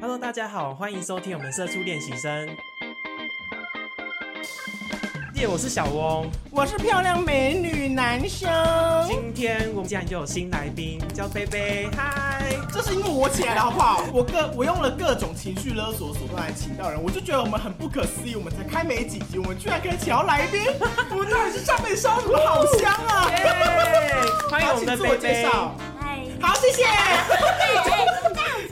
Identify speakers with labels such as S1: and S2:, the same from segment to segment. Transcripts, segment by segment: S1: Hello，大家好，欢迎收听我们社畜练习生。耶，我是小翁。
S2: 我是漂亮美女男生，
S1: 今天我们竟然就有新来宾，叫菲菲。 嗨，
S2: 这是因为我起来了，好不好？我各我用了各种情绪勒索手段来请到人，我就觉得我们很不可思议，我们才开没几集，我们居然可以请到来宾，我们到底是上面烧什么好香啊！
S1: 耶，哎欢迎
S2: 好，
S1: 我们
S2: 请
S1: 的
S2: 自我
S1: 菲
S2: 介
S1: 菲。
S2: 绍。
S3: 嗨，
S2: 好，谢谢。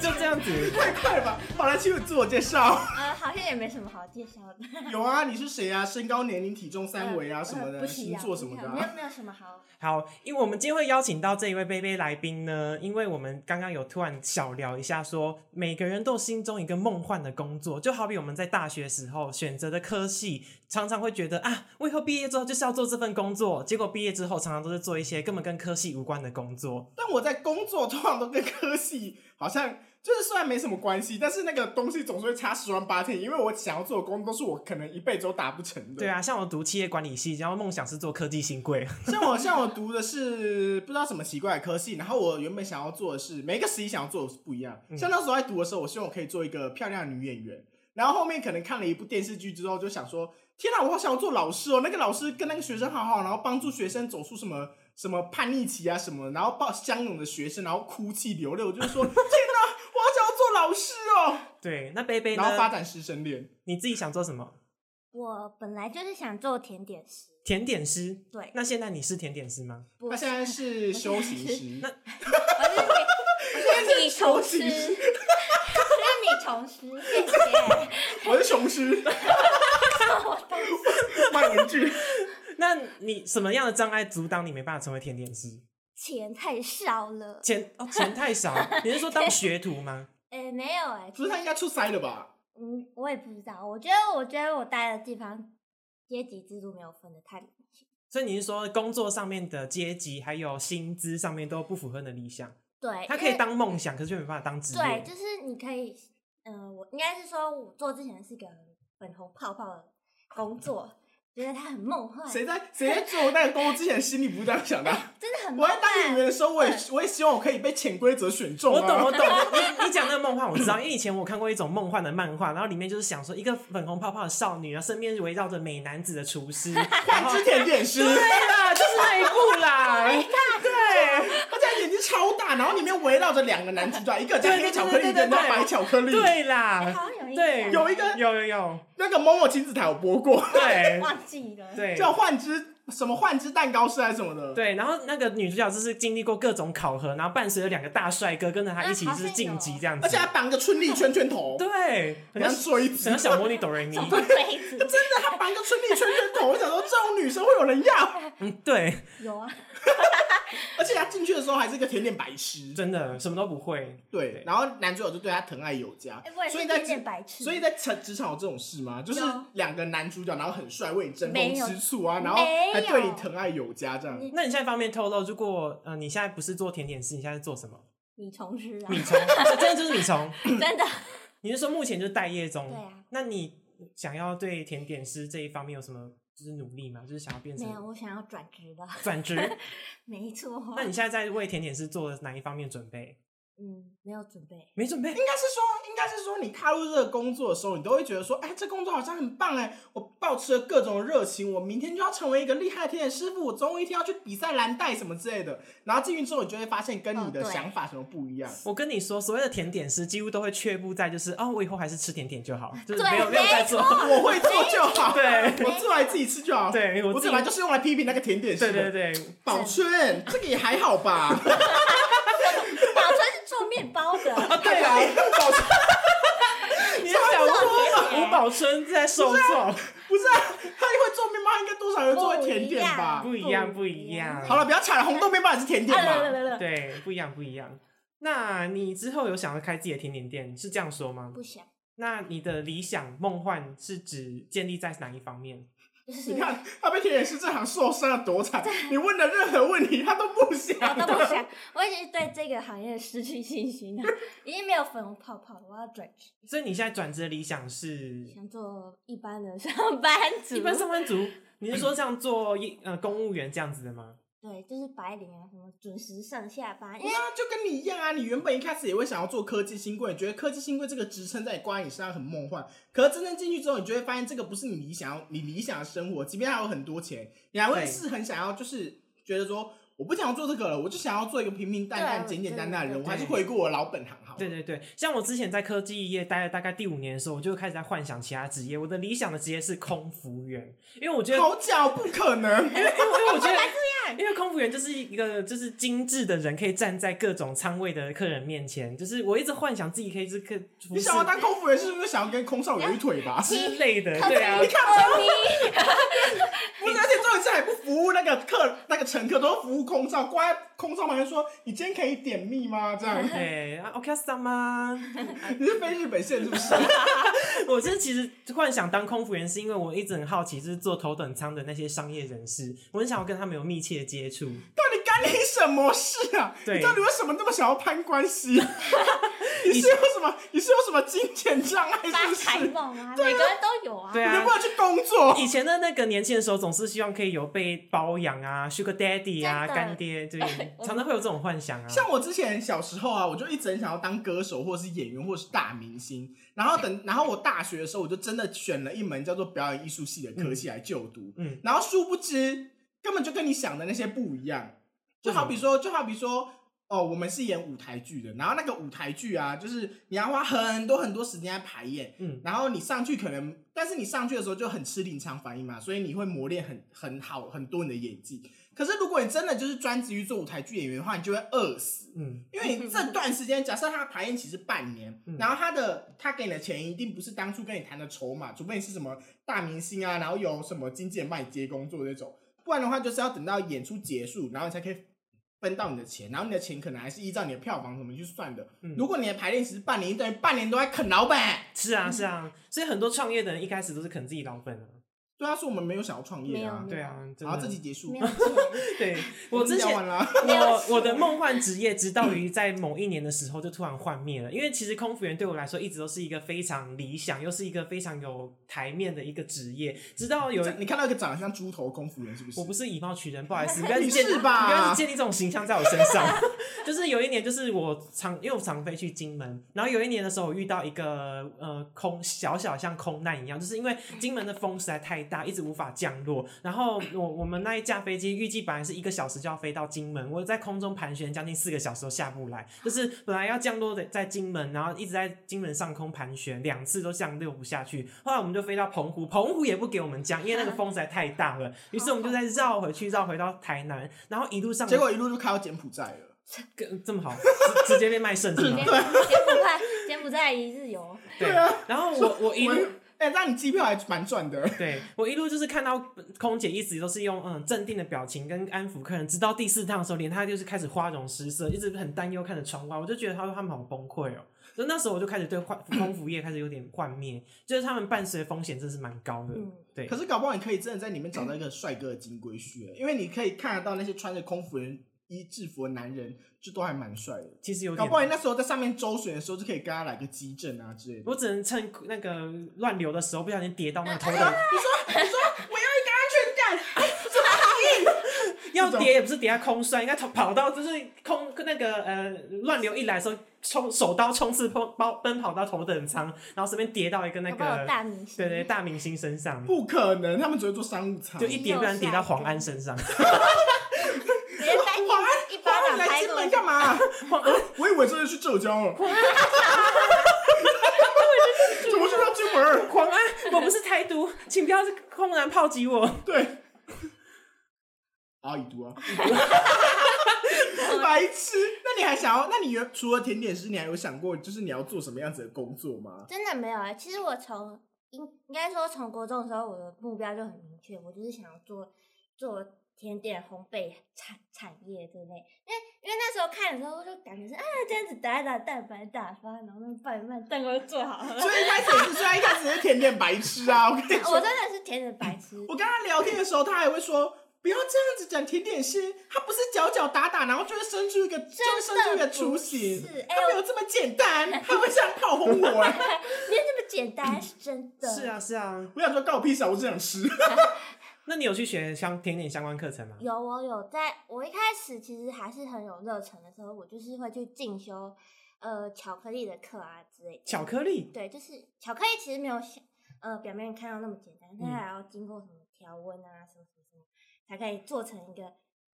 S1: 就这样子，
S2: 太快了吧！好了，请我自我介绍。
S3: 呃，好像也没什么好介绍的。
S2: 有啊，你是谁啊？身高、年龄、体重、三围啊什么
S3: 呃
S2: 的，
S3: 不需
S2: 星
S3: 要
S2: 座什么的
S3: 没有
S2: 啊。
S3: 没有什么好。
S1: 好，因为我们今天会邀请到这一位菲菲来宾呢，因为我们刚刚有突然小聊一下说每个人都有心中一个梦幻的工作，就好比我们在大学时候选择的科系，常常会觉得啊，我以后毕业之后就是要做这份工作，结果毕业之后常常都是做一些根本跟科系无关的工作。
S2: 但我在工作通常都跟科系好像就是虽然没什么关系，但是那个东西总是会差十万八千里，因为我想要做的工作都是我可能一辈子都达不成的。
S1: 对，啊，像我读企业管理系，然后梦想是做科技新贵。
S2: 像我像我读的是不知道什么奇怪的科系，然后我原本想要做的是每一个实习想要做的是不一样。像那时候在读的时候，我希望我可以做一个漂亮的女演员。然后后面可能看了一部电视剧之后，就想说：天哪，我好想要做老师哦！那个老师跟那个学生好好，然后帮助学生走出什么什么叛逆期啊什么，然后抱相拥的学生，然后哭泣流泪。我就说：天哪，我好想要做老师哦！
S1: 对，那贝贝呢
S2: 然？后发展师生恋。
S1: 你自己想做什么？
S3: 我本来就是想做甜点师，
S1: 甜点师。
S3: 对
S1: 那现在你是甜点师吗？
S3: 不
S2: 他
S3: 是，
S2: 现在是修行师，
S1: 那
S3: 我是米，我是米虫师，
S2: 现在是
S3: 我是米虫师，谢 谢。
S2: 我是雄师，卖文具。
S1: 那你什么样的障碍阻挡你没办法成为甜点师？
S3: 钱太少了，
S1: 钱哦，钱太少，你是说当学徒吗？
S3: 哎，没有哎，
S2: 不是他应该出塞了吧？
S3: 嗯，我也不知道。我觉得，我觉得我待的地方阶级制度没有分的太明显。
S1: 所以你是说工作上面的阶级还有薪资上面都不符合你的理想？
S3: 对，
S1: 他可以当梦想，可是却没办法当职
S3: 哎对，
S1: 业。
S3: 就是你可以，呃，我应该是说，我做之前是个粉红泡泡的工作，觉得它很梦
S1: 哦
S3: 幻，
S2: 谁在谁在做那个工作之前，心里不是这样想的啊？
S3: 真
S1: 哎
S3: 的很
S2: 我
S3: 梦
S2: 在当演员
S3: 幻。
S2: 的时候，我也我也希望我可以被潜规则选中、啊。
S1: 我懂， 我懂。你你讲那个梦幻，我知道，因为以前我看过一种梦幻的漫画，然后里面就是想说一个粉红泡泡的少女，然后身边围绕着美男子的厨师， 然
S2: 换
S1: 后
S2: 只甜点师，
S1: 对啦，就是那一部啦。 对
S2: 哎他家眼睛超大，然后里面围绕着两个男主角，一个叫黑巧克力，
S1: 对对对对
S2: 一个叫
S1: 对
S2: 白巧克力。
S1: 对
S3: 哎
S1: 啦，
S3: 好像有一
S1: 对，
S3: 有
S2: 有一个
S1: 有有 有，
S2: 那个某某金字塔我播过，
S1: 对
S3: 忘记了，，
S1: 对，
S2: 叫换只什么换只蛋糕师还是什么的。
S1: 对，然后那个女主角就是经历过各种考核，然后伴随着两个大帅哥跟着她一起就是晋级这样子，
S2: 而且还绑个春丽圈圈头，
S1: 对，很
S2: 很像
S1: 像
S2: 锥子。
S1: 很像小魔女哆瑞咪，
S3: 杯子
S2: 真的，他绑个春丽圈圈头，我想说这种女生会有人要，
S1: 嗯，对，
S3: 有 啊，
S2: 而且他进去的时候还是一个甜点白痴。
S1: 真的什么都不会，
S2: 对，然后男主角就对她疼爱有加
S3: 哎，我也，
S2: 所以
S3: 是
S2: 在
S3: 有
S2: 职
S3: 点白痴，
S2: 所以在职职场有这种事吗？就是
S3: 有
S2: 两个男主角，然后很帅，为你争风
S3: 没有
S2: 吃醋啊，然后
S3: 没有
S2: 还对你疼爱有加这样。
S3: 你
S1: 那你现在方便透露，如果呃你现在不是做甜点师，你现在是做什么？
S3: 米虫师啊，
S1: 米虫，这真的就是米虫。
S3: 真的，
S1: 你是说目前就是待业中？
S3: 对啊。
S1: 那你想要对甜点师这一方面有什么就是努力吗？就是想要变
S3: 没有，
S1: 成
S3: 我想要转职了，
S1: 转职？
S3: 没错，
S1: 那你现在在为甜点师做的哪一方面准备？
S3: 嗯，没有准备，
S1: 没准备。
S2: 应该是说，应该是说，你踏入这个工作的时候，你都会觉得说，哎，这工作好像很棒哎，我保持了各种热情，我明天就要成为一个厉害的甜点师傅，我总有一天要去比赛蓝带什么之类的。然后进去之后，你就会发现跟你的
S3: 哦对
S2: 想法什么不一样。
S1: 我跟你说，所谓的甜点师几乎都会却步在就是哦，我以后还是吃甜点就好，就是
S3: 对
S1: 没有没有在做。
S2: 我会做就好，
S1: 对
S2: 我做来自己吃就好。
S1: 对我
S2: 我
S1: 自己
S2: 本来就是用来批评那个甜点
S1: 对
S2: 师的。
S1: 对对，
S2: 宝春，这个也还好吧？
S3: 打算是做面包的，
S2: 对啊，宝春
S1: 你也想
S3: 甜
S1: 说
S3: 点
S1: 吴宝春在受众
S2: 不是啊，他也会做面包，应该多少人 做甜点吧
S3: 不？
S1: 不一样，不
S3: 不
S1: 一
S3: 一
S1: 样
S3: 样。
S2: 好了，不要抢了，红豆面包也是甜点
S3: 嗯啊
S2: 嘛。
S3: 了了了，
S1: 对，不一样，不一样。那你之后有想要开自己的甜点店，是这样说吗？
S3: 不想，
S1: 那你的理想梦幻是指建立在哪一方面？
S3: 就是
S2: 你看他被甜点师这行受伤了多惨，你问的任何问题他都不
S3: 我
S2: 想。
S3: 啊都不想，我已经对这个行业失去信心了，已经没有粉红泡泡了，我要转职，
S1: 所以你现在转职的理想是
S3: 想做一般的上班族。
S1: 一般上班族？你是说像做一呃公务员这样子的吗？
S3: 对，就是白领啊，什么准时上下班，因
S2: 不
S3: 为
S2: 是啊，就跟你一样啊！你原本一开始也会想要做科技新贵，你觉得科技新贵这个职称在你挂在你身上很梦幻。可是真正进去之后，你就会发现这个不是你理想要你理想的生活，即便他有很多钱，你还会
S1: 对
S2: 是很想要，就是觉得说我不想要做这个了，我就想要做一个平平淡淡、
S3: 对
S2: 简简单单的人，
S3: 对
S2: 我还是
S1: 对
S2: 回顾我老本行好了。
S1: 对对对，像我之前在科技业待了大概第五年的时候，我就开始在幻想其他职业。我的理想的职业是空服员，因为我觉得，
S2: 好假，不可能！
S1: 因为因为因为我觉得因为空服员就是一个就是精致的人，可以站在各种舱位的客人面前。就是我一直幻想自己可以是客服
S2: 你
S1: 侍
S2: 想要当空服人，是不是想要跟空少有一腿吧？
S1: 之类的，对啊
S2: 你，看，
S3: 你
S2: 不是，而且重点是还不服务那个客、那个乘客，都是服务空少，挂在空少旁边说：“你今天可以点蜜吗？”这样。
S1: 对啊，OK 什么？
S2: 你是非日本线是 不是？
S1: 我是其实幻想当空服员，是因为我一直很好奇，就是坐头等舱的那些商业人士，我很想要跟他们有密切的接触。
S2: 到底干你什么事啊？
S1: 对
S2: 你到底为什么那么想要攀关系？ 你是有什么？你是有什么金钱障碍是
S3: 发
S2: 不
S3: 财
S2: 是？
S3: 梦啊，每个人都有啊。
S1: 对
S2: 你
S1: 啊
S2: 能不能去工作？
S1: 以前的那个年轻的时候，总是希望可以有被包养啊，sugar daddy 啊，
S3: 真的
S1: 干爹， 对，
S3: 我
S1: 常常会有这种幻想啊。
S2: 像我之前小时候啊，我就一直很想要当歌手，或者是演员，或者是大明星。然后等，然后我大学的时候，我就真的选了一门叫做表演艺术系的科系来就读。
S1: 嗯嗯
S2: 然后殊不知，根本就跟你想的那些不一样。就好比说，就好比说，哦，我们是演舞台剧的，然后那个舞台剧啊，就是你要花很多很多时间来排演，
S1: 嗯
S2: 然后你上去可能，但是你上去的时候就很吃临场反应嘛，所以你会磨练很很好很多你的演技。可是如果你真的就是专职于做舞台剧演员的话，你就会饿死。
S1: 嗯，
S2: 因为你这段时间，假设他排练期是半年，
S1: 嗯
S2: 然后他的他给你的钱一定不是当初跟你谈的筹码，除非你是什么大明星啊，然后有什么经纪人帮你接工作那种，不然的话就是要等到演出结束，然后你才可以分到你的钱，然后你的钱可能还是依照你的票房什么去算的。
S1: 嗯
S2: 如果你的排练期是半年，等于半年都在啃老板。
S1: 是啊，是
S2: 嗯
S1: 啊，所以很多创业的人一开始都是啃自己老本啊。
S2: 对啊，说我们没有想要创业啊
S3: 没有。
S1: 对啊，真
S2: 然后
S1: 的
S2: 这集结束
S3: 没，有钱，
S1: 对 我之
S2: 已经
S1: 前
S2: 聊完了。
S3: 没 有
S1: 我我的梦幻职业，直到于在某一年的时候就突然幻灭了。因为其实空服员对我来说一直都是一个非常理想，又是一个非常有台面的一个职业。直到有
S2: 你看到一个长得像猪头空服员是不是
S1: 我？不是以貌取人，不好意 思，你不要一直
S2: 你
S1: 建，
S2: 是吧
S1: 你不要一直建立这种形象在我身上。 就是有一年，就是我常因为我常飞去金门，然后有一年的时候，我遇到一个呃空小小像空难一样，就是因为金门的风实在太大，一直无法降落。然后我我们那一架飞机预计本来是一个小时就要飞到金门，我在空中盘旋将近四个小时都下不来，就是本来要降落的在金门，然后一直在金门上空盘旋，两次都降落不下去。后来我们就飞到澎湖，澎湖也不给我们降，因为那个风实在太大了。于是我们就再绕回去，绕回到台南，然后一路上
S2: 结果一路就开到柬埔寨了。
S1: 更这么好，直直接被卖肾是吗
S3: 柬？柬埔寨柬埔寨一日游，
S1: 对
S2: 对啊。
S1: 然后我我一
S2: 我
S1: 路
S2: 哎、那你机票还蛮赚的。
S1: 对我一路就是看到空姐一直都是用嗯镇定的表情跟安抚客人，直到第四趟的时候，连她就是开始花容失色，一直很担忧看着窗外，我就觉得她说他们好崩溃哦。所以那时候我就开始对幻空服业开始有点幻灭，就是他们伴随的风险真是蛮高的。
S3: 嗯
S1: 对
S2: 可，是搞不好你可以真的在里面找到一个帅哥的金龟婿，因为你可以看得到那些穿着空服人衣制服的男人，就都还蛮帅的。
S1: 其实有
S2: 搞
S1: 点
S2: 不。好你那时候在上面周旋的时候，就可以跟他来个激震啊之类的。
S1: 我只能趁那个乱流的时候，不小心跌到那个头
S2: 你
S1: 等
S2: 说，你说，你说，我要一个安全感。哎
S1: 要跌也不是跌在空摔，应该跑跑到就是空那个呃乱流一来的时候，冲手刀冲刺奔包奔跑到头等舱，然后随便跌到一个那
S3: 搞不好有
S1: 个
S3: 大明星。
S1: 对对大明星身上，
S2: 不可能，他们只会做商务舱。
S1: 就一跌不然跌到黄安身上，
S3: 直接翻一一巴
S2: 哇
S3: 掌
S2: 你来
S3: 拍
S2: 金
S3: 过
S2: 门
S3: 去，
S2: 干嘛？哦我以为真的去浙江 了。怎么去到金门？
S1: 黄安我不是台独，请不要空然炮击我。
S2: 对，啊，已读啊， 白痴！那你还想要？那你原除了甜点师，你还有想过就是你要做什么样子的工作吗？
S3: 真的没有啊、其实我从应应该说从国中的时候，我的目标就很明确，我就是想要做做甜点烘焙产产业之类。因为因为那时候看的时候，我就感觉是啊，这样子打一打蛋白打发，然后那拌一拌蛋糕就做好了。
S2: 所以一开始也是，虽然一开始也是甜点白痴啊，我跟你
S3: 我
S2: 说，
S3: 真的是甜点白痴，
S2: 我跟他聊天的时候，他还会说。不要这样子讲甜点师，他不是搅搅打打，然后就会生出一个，就会生出一个雏形
S3: 不是，哎
S2: 他没有这么简单，他会想炮轰我、 哎
S3: 没有这么简单，是真的。
S1: 是，啊是啊，
S2: 我想说告我屁事啊，我只想吃。
S1: 那你有去学相甜点相关课程吗？
S3: 有，我有在，我一开始其实还是很有热忱的时候，我就是会去进修呃巧克力的课啊之类的。
S1: 巧克力，
S3: 对，就是巧克力其实没有像呃表面看到那么简单，它
S1: 嗯
S3: 还要经过什么调温啊，什么什么什么，才可以做成一个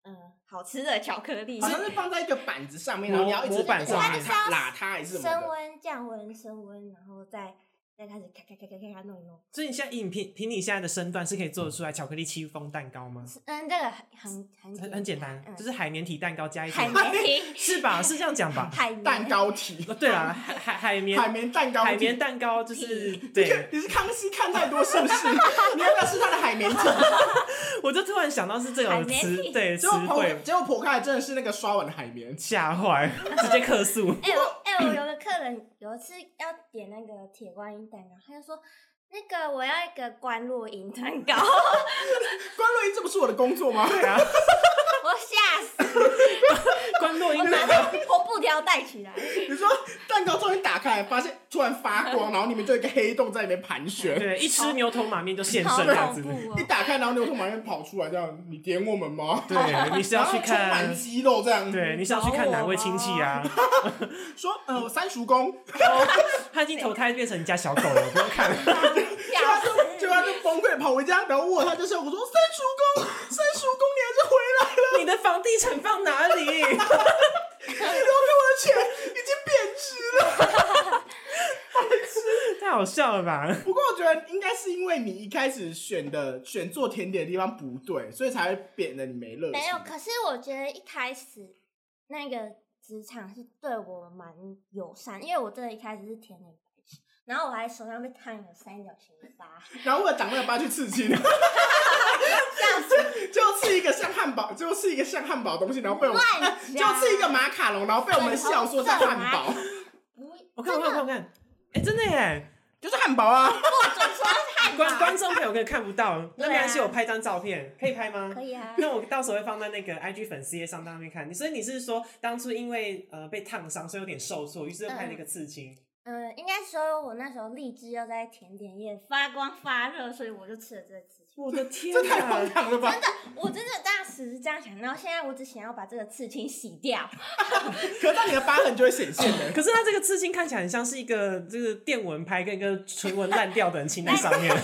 S3: 呃好吃的巧克力。
S2: 好像啊是放在一个板子 上面，
S1: 模
S2: 然后你要一直
S1: 模板上
S2: 拉
S1: 面
S2: 它拉它还是什么
S3: 升
S2: 的。
S3: 温、降温、升温，然后再再开始咔咔咔咔咔咔弄一弄。
S1: 所以你现在以你凭凭你现在的身段是可以做得出来巧克力戚风蛋糕吗？
S3: 是嗯，这个很很很
S1: 很很简单，
S3: 嗯、
S1: 就是海绵体蛋糕加一
S3: 海
S1: 点，
S3: 绵体
S1: 是吧？是这样讲吧？
S3: 海绵
S2: 蛋糕体
S1: 哦，对 啦，海海海绵
S2: 海绵蛋糕体，
S1: 海绵蛋糕就是
S2: 你看
S1: 对，
S2: 你是康熙看太多是 不是？你要不要吃他的海绵体？
S1: 我就突然想到是这
S3: 海
S1: 种
S3: 绵
S1: 词
S3: 体
S1: 对
S2: 结
S1: 词
S2: 果剖
S1: 汇，
S2: 结果剖开来真的是那个刷碗的海绵。
S1: 吓坏，直接客诉。
S3: 哎、我哎、我有个客人有一次要点那个铁观音蛋糕，他就说那个我要一个关洛音蛋糕，
S2: 关洛音，这不是我的工作吗？
S1: 对啊，
S3: 我吓死，
S1: 关洛音
S3: 我拿那个红布条带起来，
S2: 你说蛋糕终于打开来，发现突然发 光，然后里面就有一个黑洞在里面盘旋。
S1: 对，一吃牛头马面就现
S3: 好
S1: 身这样子
S3: 恐。怖哦
S2: 一！打开，然后牛头马面跑出来，这样你点我们吗？
S1: 对，你是要
S2: 然后
S1: 去
S2: 充 满
S1: 看，
S2: 肌肉这
S3: 哦
S2: 样。
S1: 对，，你是要去看哪位亲戚啊？
S2: 说呃，我三叔公，
S3: 哦
S1: 哦他已经投胎变成你家小狗了，不用看了。
S3: 吓死，
S2: 就他就崩溃跑回家，然后握他就笑，我说三叔公，三叔公你还是回来了，
S1: 你的房地产放哪里？
S2: 你留给我的钱已经贬值了。
S1: 太好笑了吧？
S2: 不过我觉得应该是因为你一开始选的选做甜点的地方不对，所以才会贬得你没乐趣。
S3: 没有。可是我觉得一开始那个职场是对我蛮友善，因为我真的一开始是甜点白痴，然后我还手上被烫有三角形的疤，
S2: 然后为了挡那个疤去刺青，就刺一个像汉堡，就刺一个像汉堡的东西，然后被我们、
S3: 乱
S2: 呃就刺一个马卡龙，然后被我们笑说像汉堡，
S3: 不
S1: 我看，我看，我看，我看。哎，真的耶！
S2: 就是汉堡啊。
S3: 不准说汉
S1: 观
S3: 堡，
S1: 观众朋友可能看不到，那没关系，
S3: 对啊
S1: 我拍张照片，可以拍吗？
S3: 可以啊。
S1: 那我到时候会放在那个 IG 粉丝页上当面看。你所以你是说，当初因为呃被烫伤，所以有点受挫，于是就拍了一个刺青。
S3: 嗯，应该说，我那时候立志要在甜点业发光发热，所以 我就吃了这个刺青。
S1: 我的天
S2: 这太荒
S1: 啊！
S2: 唐了吧！
S3: 我真的当时是这样想，然后现在我只想要把这个刺青洗掉。
S2: 可是当你的疤痕就会显现的。
S1: 可是它这个刺青看起来很像是一个就是电蚊拍跟一个唇纹烂掉的人亲在上 面，
S3: 哎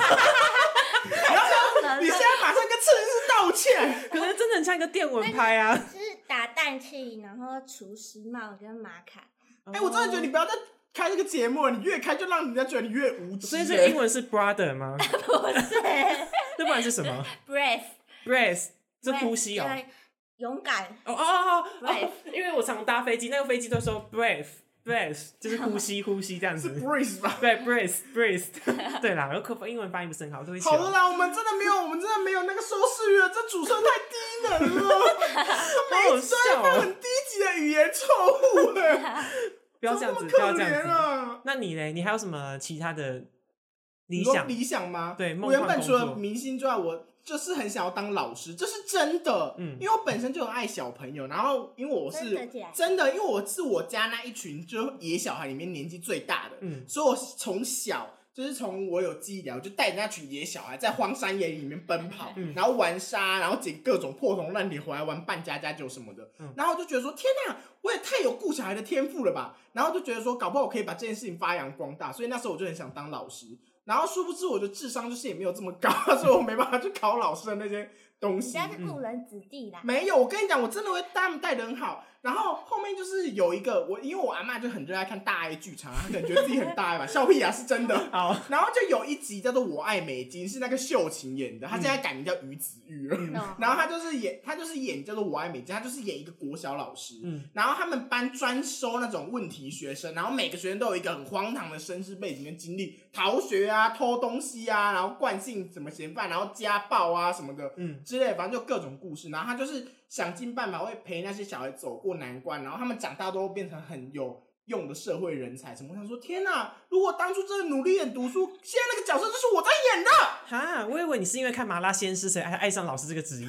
S2: 你现在马上跟刺青师道歉，
S1: 可能真的很像一个电蚊拍啊！
S3: 是打蛋器，然后厨师帽跟玛卡。
S2: 哎、我真的觉得你不要再开这个节目了，你越开就让人家觉得你越无知。
S1: 所以这个英文是 brother 吗？
S3: 不是
S1: 那不然是什 么
S3: brave，
S1: ？breath 是呼吸哦。
S3: 对，勇敢。
S1: 哦哦哦哦哦
S3: Breath
S1: 因为我常搭飞机，那个飞机都说 breath breath，就是呼吸呼吸这样
S2: 是
S1: 子。
S2: breeze 吧？
S1: 对，breath breath，对 啦，我口英文发音不是很 好，对不起哦。
S2: 好了啦，我们真的没有，我们真的没有那个收视率了，这主持人太低能了，
S1: 好好笑
S2: 他
S1: 哦，
S2: 很低级的语言错误哎，
S1: 不要这样
S2: 怎么
S1: 子，
S2: 那
S1: 不 要这
S2: 么可
S1: 样
S2: 怜
S1: 子。
S2: 啊！
S1: 那你嘞？你还有什么其他的理
S2: 你说
S1: 想？
S2: 理想吗？
S1: 对梦
S2: 我原
S1: 幻
S2: 本
S1: 工
S2: 除了
S1: 作
S2: 明星之外，我就是很想要当老师，这是真的。
S1: 嗯
S2: 因为我本身就很爱小朋友，然后因为我
S3: 真
S2: 是
S3: 的假的
S2: 真的，因为我是我家那一群就是野小孩里面年纪最大的，
S1: 嗯
S2: 所以我从小。就是从我有记忆以来，我就带着那群野小孩在荒山野岭里面奔跑，
S1: 嗯
S2: 然后玩沙，然后捡各种破铜烂铁回来玩扮家家酒什么的。
S1: 嗯
S2: 然后我就觉得说，天哪，我也太有顾小孩的天赋了吧！然后就觉得说，搞不好我可以把这件事情发扬光大，所以那时候我就很想当老师。然后殊不知我的智商就是也没有这么高， 所以我没办法去考老师的那些东
S3: 你
S2: 西
S3: 不。要
S1: 嗯
S3: 是误人子弟啦。
S2: 没有，我跟你讲，我真的会带他们带的很好。然后后面就是有一个我，因为我阿嬷就很热爱看大爱剧场，她可能觉得自己很大爱吧，笑屁啊，是真的。
S1: 好，
S2: 然后就有一集叫做《我爱美金》，是那个秀琴演的，她现在改名叫于子玉了。
S1: 嗯
S3: 哦
S2: 然后她就是演，她就是演叫做《我爱美金》，她就是演一个国小老师。
S1: 嗯
S2: 然后他们班专收那种问题学生，然后每个学生都有一个很荒唐的身世背景跟经历，逃学啊、偷东西啊，然后惯性怎么嫌犯，然后家暴啊什么的
S1: 嗯，
S2: 之类的，反正就各种故事。然后他就是想尽办法会陪那些小孩走过难关，然后他们长大都会变成很有用的社会人才什么。我想说，天哪！如果当初真的努力点读书，现在那个角色就是我在演的。
S1: 哈，我以为你是因为看《麻辣鲜师》才爱爱上老师这个职业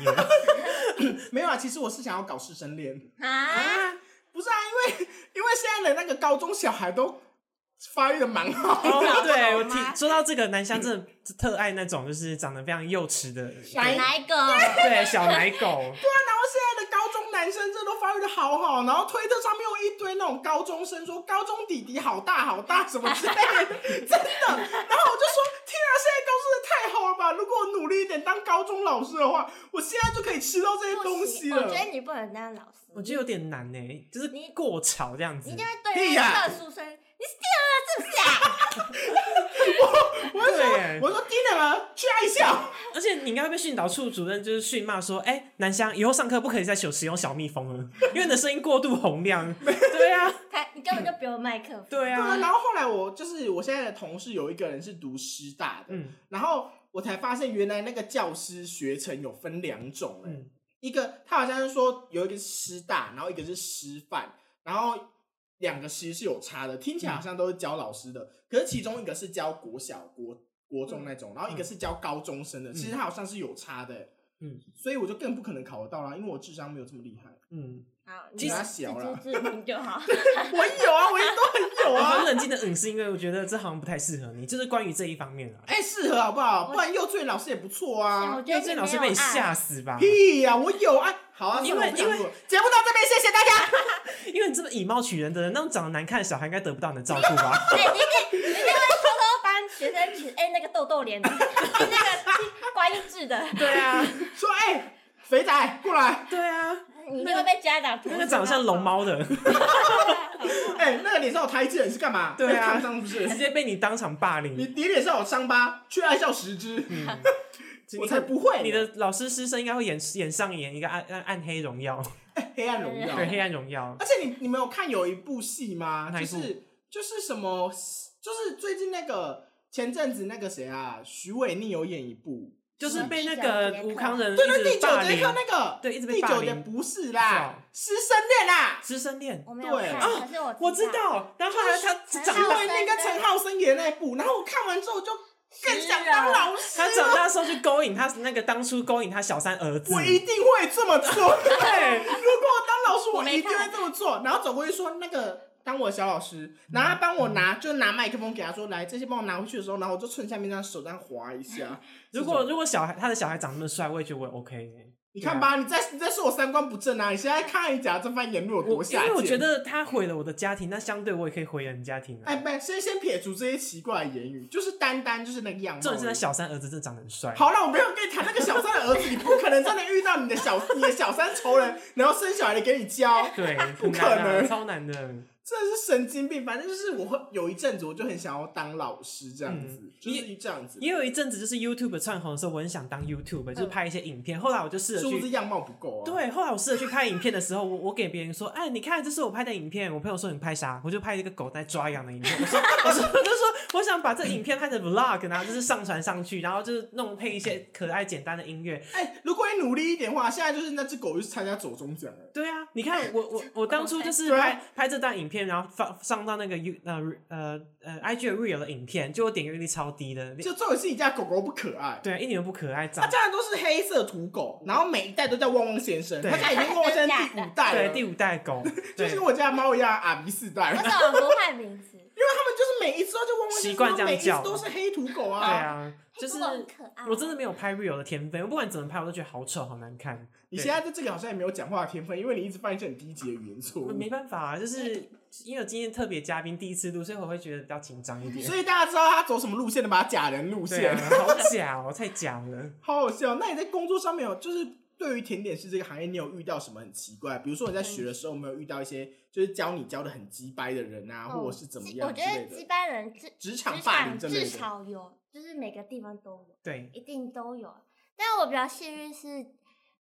S2: 没有啊，其实我是想要搞师生恋。
S3: 啊，
S1: 啊。
S2: 不是啊，因为因为现在的那个高中小孩都发育的蛮好。
S1: 哦， 对，我
S3: 懂
S1: 挺
S3: 吗
S1: 说到这个，南湘真的特爱那种就是长得非常幼齿的，
S2: 奶
S3: 哪一个？
S1: 对小奶狗，
S2: 然后现在的高中男生真的都发育的好好，然后推特上面有一堆那种高中生说高中弟弟好大好大什么之类的，真的。然后我就说，天啊，现在高中的太好了吧！如果我努力一点当高中老师的话，我现在就可以吃到这些东
S3: 不
S2: 西
S3: 行
S2: 了。
S3: 我觉得你不能当老师，
S1: 我觉得有点难呢，就是
S3: 你
S1: 过潮这样子
S3: 你。就会对
S2: 屁
S3: 那
S2: 呀
S3: 特殊生，你是第二是不是啊？
S2: 我就说
S1: 对，
S2: 我说啊 Dina 呢，去爱笑。
S1: 而且你应该被训导处主任就是训骂说，哎、南湘以后上课不可以再使使用小蜜蜂了，因为你的声音过度洪 亮。对啊，
S3: 他你根本就不用麦克风。
S1: 对
S2: 对啊，
S1: 啊，
S2: 然后后来我就是我现在的同事有一个人是读师大的，
S1: 嗯
S2: 然后我才发现原来那个教师学程有分两种、欸，
S1: 嗯
S2: 一个他好像是说有一个是师大，然后一个是师范，然后两个其实是有差的，听起来好像都是教老师的，可是其中一个是教国小、国国中那种，然后一个是教高中生的，其实它好像是有差的、欸
S1: 嗯，
S2: 所以我就更不可能考得到啦，因为我智商没有这么厉害。
S1: 嗯，
S3: 好，
S1: 其
S3: 你
S1: 实
S3: 要
S2: 小啦
S3: 自知之明就好。
S2: 我有啊，我一直都很有
S1: 我
S2: 啊
S1: 很。冷静的嗯，是因为我觉得这好像不太适合你，就是关于这一方面啊。
S2: 哎、适合好不好？不然幼稚园老师也不错
S3: 哎我
S2: 啊。
S1: 因为
S3: 觉得你
S1: 这老
S3: 没
S1: 师
S3: 有
S1: 被你
S3: 爱
S1: 吓死吧？
S2: 屁呀、我有啊。好啊，
S1: 因
S2: 算
S1: 为
S2: 了我不想
S1: 因为
S2: 录了节目到这边，谢谢大家。
S1: 因为你这么以貌取人的人，那种长得难看的小孩应该得不到你的照顾 吧？
S3: 哎，你你你那会偷偷帮学生取哎那个痘痘脸， 那个 观音痣的，
S1: 对啊，
S2: 说哎、肥仔过来，
S1: 对啊，
S3: 你一定会被家长
S1: 那个长得像龙。猫的，
S2: 哎、那个脸上有胎记，你是干嘛？
S1: 对啊
S2: 烫伤不
S1: 直
S2: 是？
S1: 接被你当场霸
S2: 你
S1: 凌。
S2: 你脸上有伤疤，去爱笑十只， 我才不会呢。
S1: 你的老师师生应该会演演上演一个暗暗暗黑荣耀，
S2: 黑暗荣耀
S1: 对，。黑暗荣耀。
S2: 而且你你们有看有一部戏吗？
S1: 哪一
S2: 就
S1: 部
S2: 是就是什么？就是最近那个前阵子那个谁啊，徐伟宁有演一部，
S1: 就是被那
S3: 小杰
S1: 个
S3: 克
S1: 吴康人一
S2: 啊对对，
S1: 直
S2: 第九
S1: 霸
S2: 节
S1: 凌，
S2: 课那个，
S1: 对一直被
S2: 第
S1: 霸
S2: 九
S1: 凌
S2: 节不是
S1: 是
S2: 啦
S1: 哦，
S2: 师生恋啦，
S1: 师生恋，
S3: 我没有看，
S2: 对
S3: 可是我
S1: 我知。道。然后后来他
S3: 就是
S1: 长
S2: 徐
S1: 大，
S2: 伟宁跟陈浩生演的那一部，然后我看完之后就更想当老师
S1: 他
S2: 了，
S1: 长大的时候去勾引他那个当初勾引他小三儿子
S2: 我，一定会这么做。对，如果我当老师，
S3: 我
S2: 我
S3: 没
S2: 一定会
S3: 看
S2: 这么做。然后走过去说那个。当我的小老
S1: 嗯
S2: 师，然后他帮我拿，就拿麦克风给他说：“来，这些帮我拿回去的时候，然后我就趁下面这样手这样划一下。
S1: 如果如果小孩他的小孩长那么帅，我也觉得我 OK。欸
S2: 你看
S1: 啊
S2: 吧，你在你在说我三观不正啊！你现在看一下这番言论有
S1: 我
S2: 多
S1: 因
S2: 下贱。
S1: 为我觉得他毁了我的家庭，那相对我也可以毁人家庭
S2: 哎，
S1: 啊。
S2: 不，先先撇除这些奇怪的言语，就是单单就是那个样貌而已。
S1: 重点是他小三儿子真的长得很帅，
S2: 好了，我没有跟你谈那个小三的儿子，你不可能真的遇到你的小你的小三仇人，然后生小孩的给你教，
S1: 对，
S2: 不
S1: 很
S2: 可
S1: 难啊，
S2: 能
S1: 超难的。
S2: 真的是神经病。反正就是我会有一阵子，我就很想要当老师这样子，
S1: 嗯
S2: 就是这样子。
S1: 也有一阵子就是 YouTube 窜红的时候，我很想当 YouTube，就是
S2: 嗯
S1: 拍一些影片。后来我就试着
S2: 是不
S1: 去
S2: 是样貌不够啊？，
S1: 对，后来我试着去拍影片的时候，我我给别人说，哎，你看这是我拍的影片。我朋友说你拍啥？我就拍一个狗在抓痒的影片。我说我说我就说我想把这影片拍成 vlog，然后就是上传上去，然后就是弄配一些可爱简单的音乐。
S2: 哎、如果你努力一点的话，现在就是那只狗就是参加走中奖了。
S1: 对啊，你看我 我我当初就是
S2: 对啊
S1: 拍拍这段影片，然后放上到那个 U 呃呃呃 IG 的 real 的影片，就我点阅率超低的，
S2: 就重点是你家狗狗不可爱，
S1: 对啊，一点都不可爱，
S2: 它
S1: 长
S2: 家人都是黑色土狗，然后每一代都叫汪汪先生，
S1: 对
S2: 他家已经汪汪先生第五代
S1: 对
S2: 了，
S1: 第五代狗，
S2: 就
S1: 对
S2: 是跟我家的猫一样，阿鼻四代。
S3: 为什么不换名字？
S2: 因为他们就是每一只都就汪汪
S1: 习惯这样
S2: 每一只
S1: 叫
S2: 都是黑土狗
S1: 对
S2: 啊。
S1: 啊，就是
S3: 黑狗很可爱。
S1: 我真的没有拍 real 的天分，我不管怎么拍，我都觉得好丑，好难看。
S2: 你
S1: 对
S2: 现在在这里好像也没有讲话的天分，因为你一直犯一些很低级的语言错误。
S1: 没办法、啊，就是因为我今天特别嘉宾第一次录，所以我会觉得比较紧张一点。
S2: 所以大家知道他走什么路线的吧？假人路
S1: 对
S2: 线
S1: 啊，，好假哦、太假了。
S2: 好好笑。那你在工作上面有，就是对于甜点师这个行业，你有遇到什么很奇怪？比如说你在学的时候，有没有遇到一些就是教你教的很鸡掰的人啊，
S3: 嗯
S2: 或者是怎么
S3: 我
S2: 样之
S3: 觉得
S2: 类
S3: 一
S2: 的？
S3: 般人至
S2: 职
S3: 职
S2: 场霸凌
S3: 场
S2: 之
S3: 至
S2: 类的。
S3: 少有，就是每个地方都有，
S1: 对，
S3: 一定都有。但我比较幸运是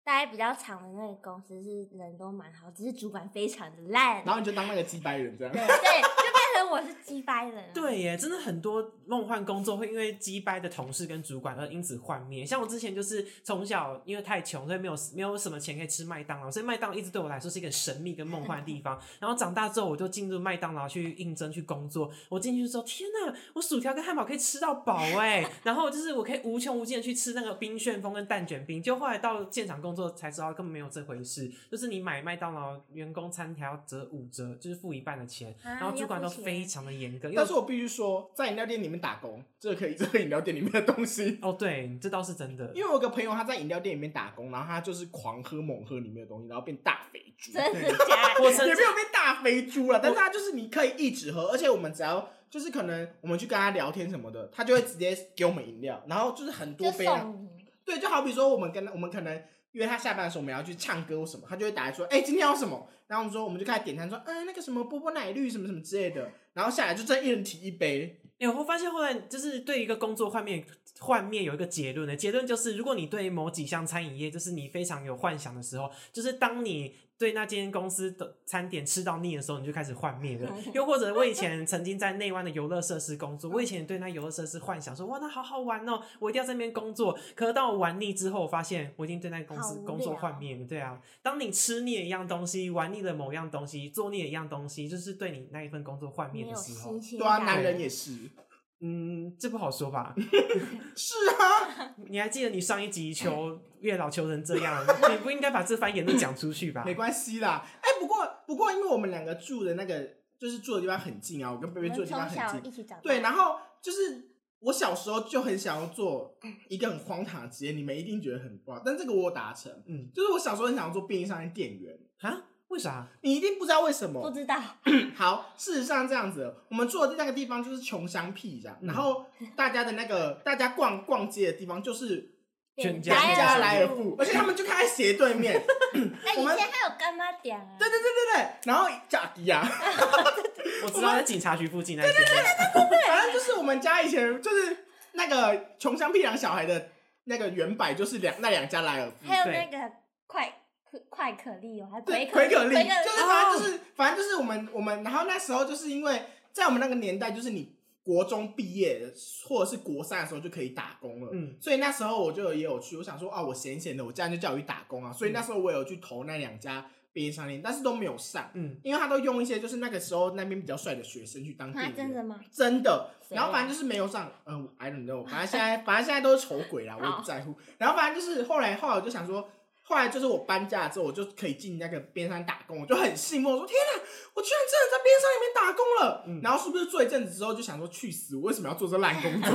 S3: 待比较长的那个公司是人都蛮好，只是主管非常的烂。
S2: 然后你就当那个鸡掰人这样
S3: 对。对，就变成我是鸡掰人。，啊
S1: 对耶，真的很多梦幻工作会因为击败的同事跟主管而因此幻灭。像我之前就是从小因为太穷，所以没有没有什么钱可以吃麦当劳，所以麦当劳一直对我来说是一个神秘跟梦幻的地 方。然后长大之后，我就进入麦当劳去应征去工作。我进去之后，天呐，我薯条跟汉堡可以吃到 饱哎、然后就是我可以无穷无尽的去吃那个冰旋风跟蛋卷冰。就后来到现场工作才知道根本没有这回事，就是你买麦当劳员工餐还要折五折，就是付一半的钱。
S3: 啊
S1: 然后主管都
S3: 要付钱
S1: 非常的严格，因为
S2: 但是我必须说，在饮料店里面打工，这个可以，这 个饮料店里面的东西。
S1: 哦，对，这倒是真的，
S2: 因为我有个朋友，他在饮料店里面打工，然后他就是狂喝猛喝里面的东西，然后变大肥猪，
S3: 真的 假
S1: 我
S3: 的？
S1: 曾
S2: 也
S1: 经
S2: 没有变大肥猪啊了。但是他就是你可以一直喝，而且我们只要就是可能我们去跟他聊天什么的，他就会直接给我们饮料，然后就是很多
S3: 就
S2: 杯啊。
S3: 送你，
S2: 对，就好比说我们跟他我们可能约他下班的时候，我们要去唱歌或什么，他就会打来说，哎、今天要什么？然后我们说我们就开始点餐说，嗯、那个什么波波奶绿什么什么之类的，然后下来就这样一人提一杯。
S1: 哎、我发现后来就是对一个工作幻灭幻灭有一个结论的结论就是，如果你对某几项餐饮业就是你非常有幻想的时候，就是当你对那间公司的餐点吃到腻的时候，你就开始幻灭 了。又或者我以前曾经在内湾的游乐设施工作，我以前对那游乐设施幻想说哇，那好好玩哦，我一定要在那边工作。可是当我玩腻之后，我发现我已经对那个公司
S3: 好无
S1: 工作
S3: 聊
S1: 幻灭了。对啊，当你吃腻了一样东西，玩腻了某样东西，做腻了一样东西，就是对你那一份工作幻灭
S3: 没有
S1: 的时候
S3: 新。鲜
S2: 对啊，
S3: 感
S2: 男人也是，
S1: 嗯，这不好说吧？
S2: 是啊，
S1: 你还记得你上一集求月老求成这样，你不应该把这番言论讲出去吧？
S2: 没关系啦。哎、不过不过，因为我们两个住的那个就是住的地方很近啊，我跟贝
S3: 我
S2: 贝
S3: 们
S2: 住的地方
S3: 从小
S2: 很近。
S3: 一起长大，
S2: 对，然后就是我小时候就很想要做一个很荒唐的职业，你们一定觉得很不好，但这个我有达成。
S1: 嗯
S2: 就是我小时候很想要做便利商店店员，
S1: 啊，为啥？
S2: 你一定不知道为什么。
S3: 不知道
S2: 好，事实上这样子，我们住的那个地方就是穷乡僻壤，
S1: 嗯
S2: 然后大家的那个大家逛逛街的地方就是
S1: 全家
S2: 全家
S3: 莱
S2: 莱
S3: 尔
S2: 尔富，而且他们就开在斜对 面，
S3: 哎，以
S2: 我们
S3: 前还有干妈点啊，
S2: 对对对对对，然后假迪啊，
S1: 我知道在警察局附近那边，
S2: 反正就是我们家以前就是那个穷乡僻壤小孩的那个原版就是两那两家莱尔富，
S3: 还有
S1: 对
S3: 那个快快可丽哦，还有
S2: 对，
S3: 可
S2: 奎可
S3: 丽，哦
S2: 丽，
S3: 奎
S2: 就是反正就是、反正就是我们我们，然后那时候就是因为在我们那个年代，就是你国中毕业或者是国三的时候就可以打工了，
S1: 嗯，
S2: 所以那时候我就也有去，我想说啊，我闲闲的，我家人就叫我去打工啊，所以那时候我有去投那两家便利商店，但是都没有上，
S1: 嗯，
S2: 因为他都用一些就是那个时候那边比较帅的学生去当店
S3: 啊，
S2: 员，
S3: 真的吗？
S2: 真的。
S3: 谁啊
S2: 然后反正就是没有上，嗯、i don't know，反正现在 反正现在都是丑鬼啦，我也不在乎。然后反正就是后来后来我就想说，后来就是我搬家之后，我就可以进那个边上打工，我就很兴奋，我说天哪，我居然真的在边上里面打工了。
S1: 嗯
S2: 然后是不是做一阵子之后就想说，去死，我为什么要做这烂工 作？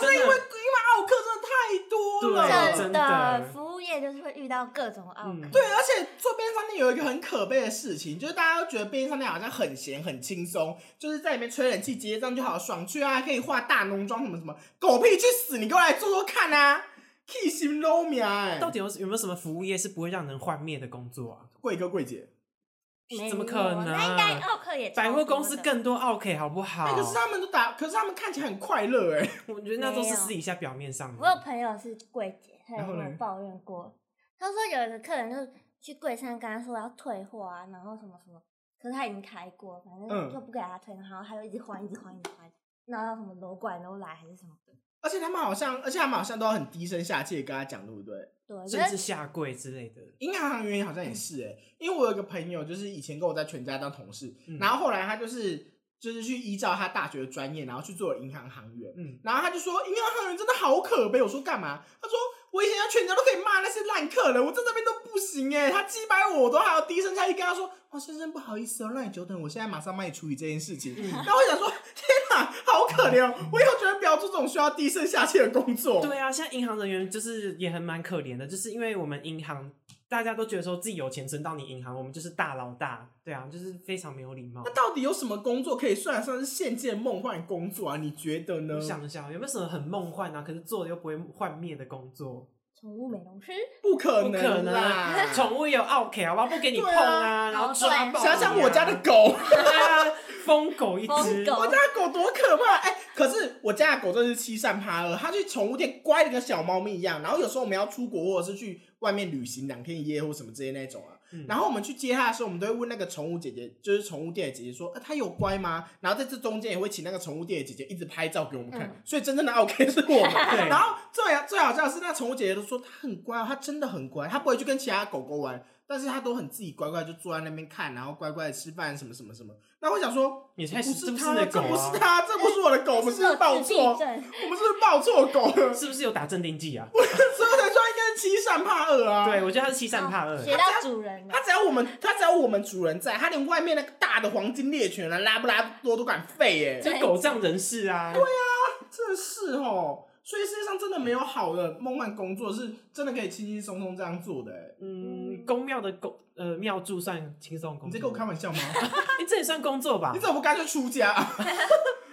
S1: 真
S2: 因为因为
S1: 的
S2: 奥克真的太多了，
S1: 对啊真
S3: 真
S1: 的
S3: 的，服务业就是会遇到各种奥
S1: 嗯
S3: 克，
S2: 对，而且做便利商店有一个很可悲的事情，就是大家都觉得便利商店好像很闲很轻松，就是在里面吹冷气结账就好爽，去啊还可以化大浓妆什么什么，狗屁去死！你给我来做做看啊！气心 low 米哎，
S1: 到底有有没有什么服务业是不会让人幻灭的工作啊？
S2: 贵哥贵姐，
S3: 没有
S1: 怎么可能
S3: 那应该奥克也超
S1: 百货公
S3: 多
S1: 司
S3: 的
S1: 更多 OK 好不好
S2: 哎、？可是他们都打，可是他们看起来很快乐哎、
S1: 我觉得那都
S3: 没
S1: 是
S3: 有
S1: 私底下表面上
S3: 我有
S1: 的，
S3: 朋友是柜姐，她有
S2: 然后
S3: 跟
S2: 呢
S3: 我抱怨过，她说有一个客人就去柜上跟她说要退货啊，然后什么什么，可是他已经开过，反
S2: 嗯
S3: 正就不给他退，然后他就一直换，一直换，一直换，闹到什么楼管都来还是什么的。
S2: 而且他们好像，而且他们好像都很低声下气地跟他讲，对不对？
S3: 对，
S1: 甚
S3: 可
S1: 至
S3: 是
S1: 下跪之类的。
S2: 银行行员好像也是哎、因为我有一个朋友，就是以前跟我在全家当同事，
S1: 嗯
S2: 然后后来他就是就是去依照他大学的专业，然后去做了银行行员，
S1: 嗯，
S2: 然后他就说银行行员真的好可悲。我说干嘛？他说我以前在全家都可以骂那些烂客人，我在这边都不行哎、他击败我，我都还要低声下气跟他说：“哦，先生不好意思哦，让你久等，我现在马上帮你处理这件事情。
S1: 嗯
S2: 然后我想说，天哪，好可怜哦！我以后绝对不要做这种需要低声下气的工作。
S1: 对啊，现在银行人员就是也很蛮可怜的，就是因为我们银行大家都觉得说自己有钱存到你银行，我们就是大老大，对啊，就是非常没有礼貌
S2: 那。到底有什么工作可以算得上是现界梦幻工作啊？你觉得呢
S1: 我？想一下，有没有什么很梦幻啊？可是做了又不会幻灭的工作？
S3: 宠物美容师，
S2: 不可
S1: 不可
S2: 能
S1: 能
S2: 啦！
S1: 啊！ 宠物有 OK 好不好？不给你碰啊，
S3: 对啊
S1: 然后抓爆、
S3: 哦对
S2: 想想我家的，狗，
S1: 对啊，疯狗一只
S3: 疯，狗
S2: 我家的狗多可怕！哎、可是我家的狗真的是欺善怕恶，它去宠物店乖的跟小猫咪一样。然后有时候我们要出国或者是去外面旅行两天一夜或什么之类那种啊。
S1: 嗯
S2: 然后我们去接它的时候，我们都会问那个宠物姐姐，就是宠物店的姐姐说：“呃，它有乖吗？”然后在这中间也会请那个宠物店的姐姐一直拍照给我们看。
S3: 嗯
S2: 所以真正的 OK 是我们。
S1: 对
S2: 然后最好最好笑的是，那宠物姐姐都说它很乖哦，它真的很乖，它不会去跟其他狗狗玩，但是它都很自己乖乖就坐在那边看，然后乖乖的吃饭什么什么什么。那我想说，
S1: 你才
S2: 不
S1: 哎是
S2: 是
S1: 这不
S2: 他，
S1: 你的
S2: 这
S1: 狗
S2: 不
S1: 啊
S2: 是？他，这不是我的狗，我们是
S3: 是
S2: 不是报
S3: 自闭
S2: 错，
S3: 症，
S2: 我们是不是报错狗了？
S1: 是不是有打镇定剂啊？
S2: 所以我才说应该欺善怕恶啊！
S1: 对，我觉得他是欺善怕恶。
S3: 学到主人啊了
S2: 他。只要我们，他只要我们主人在，他连外面那个大的黄金猎犬啊，拉布拉多都敢吠耶、
S1: 就狗仗人势啊！对啊，
S2: 真的是哦。所以世界上真的没有好的梦幻工作是真的可以轻轻松松这样做的、欸。
S1: 嗯，公庙的公呃庙祝算轻松工作，
S2: 你在跟我开 玩笑吗？
S1: 诶这也算工作吧
S2: 你？怎么不干脆出家、 啊？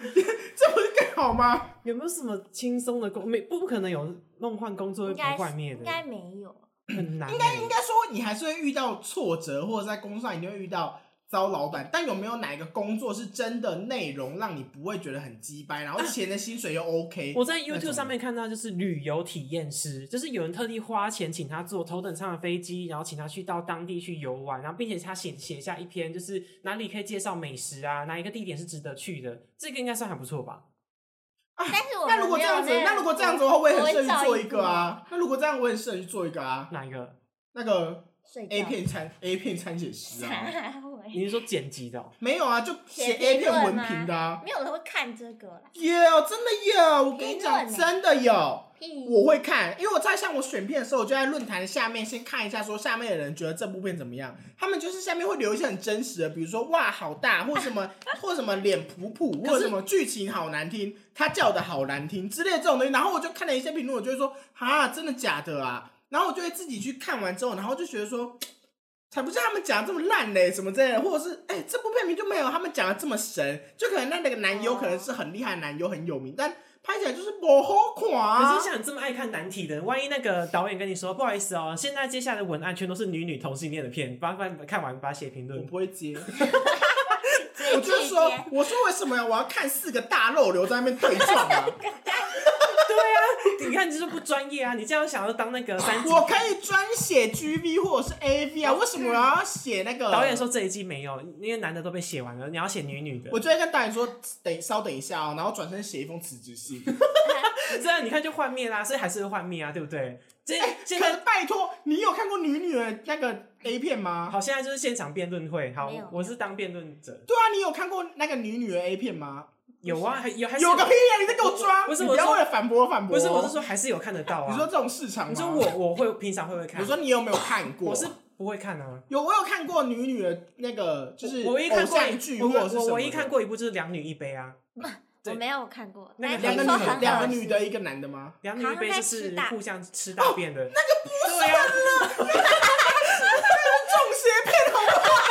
S2: 这不是更好吗？
S1: 有没有什么轻松的工？没不不可能有梦幻工作会
S3: 应
S1: 不
S3: 该
S1: 幻灭
S3: 应该
S1: 的，
S3: 没有，
S1: 很难欸。
S2: 应该说你还是会遇到挫折，或者在工作上一定会遇到糟老板。但有没有哪一个工作是真的内容让你不会觉得很鸡掰，然后钱的薪水又 OK？、
S1: 我在
S2: 那种
S1: YouTube 上面看到，就是旅游体验师，就是有人特地花钱请他坐头等舱的飞机，然后请他去到当地去游玩，然后并且他写写下一篇，就是哪里可以介绍美食啊，哪一个地点是值得去的，这个应该算还不错吧？
S3: 但是我
S2: 那如果这样子，那如果这样子的话，我
S3: 我
S2: 也很适
S3: 会
S2: 合
S3: 照
S2: 去做
S3: 一
S2: 一个啊。那如果这样，我也适合去做一个啊。
S1: 哪一个？
S2: 那个
S3: 睡觉
S2: A 片餐 A 片餐写师 啊，
S3: 傻鬼
S1: 你是说剪辑的哦、
S2: 没有啊，就写
S3: 写
S2: A
S3: 评
S2: 片
S3: 论吗
S2: 文凭的啊。
S3: 没有人会看这个啦，
S2: 有，真的有，我跟你讲，
S3: 评论欸
S2: 真的有。
S3: 屁！
S2: 我会看，因为我在像我选片的时候，我就在论坛下面先看一下，说下面的人觉得这部片怎么样。他们就是下面会留一些很真实的，比如说哇好大，或什 么或什么脸普普，
S1: 是
S2: 或什么剧情好难听，他叫的好难听之类的这种东西。然后我就看了一些评论，我就会说啊，真的假的啊？然后我就会自己去看完之后，然后就觉得说。才不是他们讲的这么烂嘞，什么之类的，或者是哎、这部片名就没有他们讲的这么神，就可能那那个男优
S3: 哦
S2: 可能是很厉害的男优，很有名，但拍起来就是不好看、啊。
S1: 可是像你这么爱看难题的，万一那个导演跟你说，不好意思哦、现在接下来的文案全都是女女同性恋的片，把把看完把它写评
S2: 我
S1: 论。
S2: 不会接。
S3: 直接
S2: 我就
S3: 拒
S2: 说
S3: 绝，
S2: 我说为什么我要看四个大肉瘤在那边 对撞啊？
S1: 你看，你就是不专业啊！你这样想要当那个三级
S2: 我可以专写 GV 或者是 AV 啊，为什么我要写那个？
S1: 导演，说这一季没有，因为男的都被写完了，你要写女女的
S2: 我。就会跟导演说，等稍等一下哦，然后转身写一封辞职信。
S1: 这样你看就幻灭啦，所以还是会幻灭啊，对不对？这现
S2: 哎可是
S1: 在
S2: 拜托，你有看过女女的那个 A 片吗？
S1: 好，现在就是现场辩论会。好
S3: 没有，
S1: 我是当辩论者。
S2: 对啊，你有看过那个女女的 A 片吗？
S1: 有啊，还有还是
S2: 有个屁啊！你在给我抓！
S1: 不是
S2: 你
S1: 我
S2: 不要
S1: 说
S2: 为了反驳而反驳。哦
S1: 不是，我是，说还是有看得到啊。
S2: 你说这种市场吗？
S1: 你说我我会平常会不会看？
S2: 我说你有没有看过？
S1: 我是不会看啊。
S2: 有，我有看过女女的那个，就是
S1: 我唯一看
S2: 偶
S1: 过
S2: 像剧
S1: 我
S2: 或者
S1: 我
S2: 是
S1: 我
S2: 什么
S1: 唯一
S2: 的
S1: 看过一部就是两女一杯啊，对
S3: 我没有看过，
S1: 那个
S3: 但
S2: 两个
S3: 听
S2: 女
S3: 说很
S2: 的，两个
S3: 好
S2: 女
S3: 吃
S2: 的，一个男的吗？
S1: 两女一杯就是互相吃大便
S3: 哦
S1: 的。
S2: 不
S1: 啊
S2: 啊算了，中邪片好不好？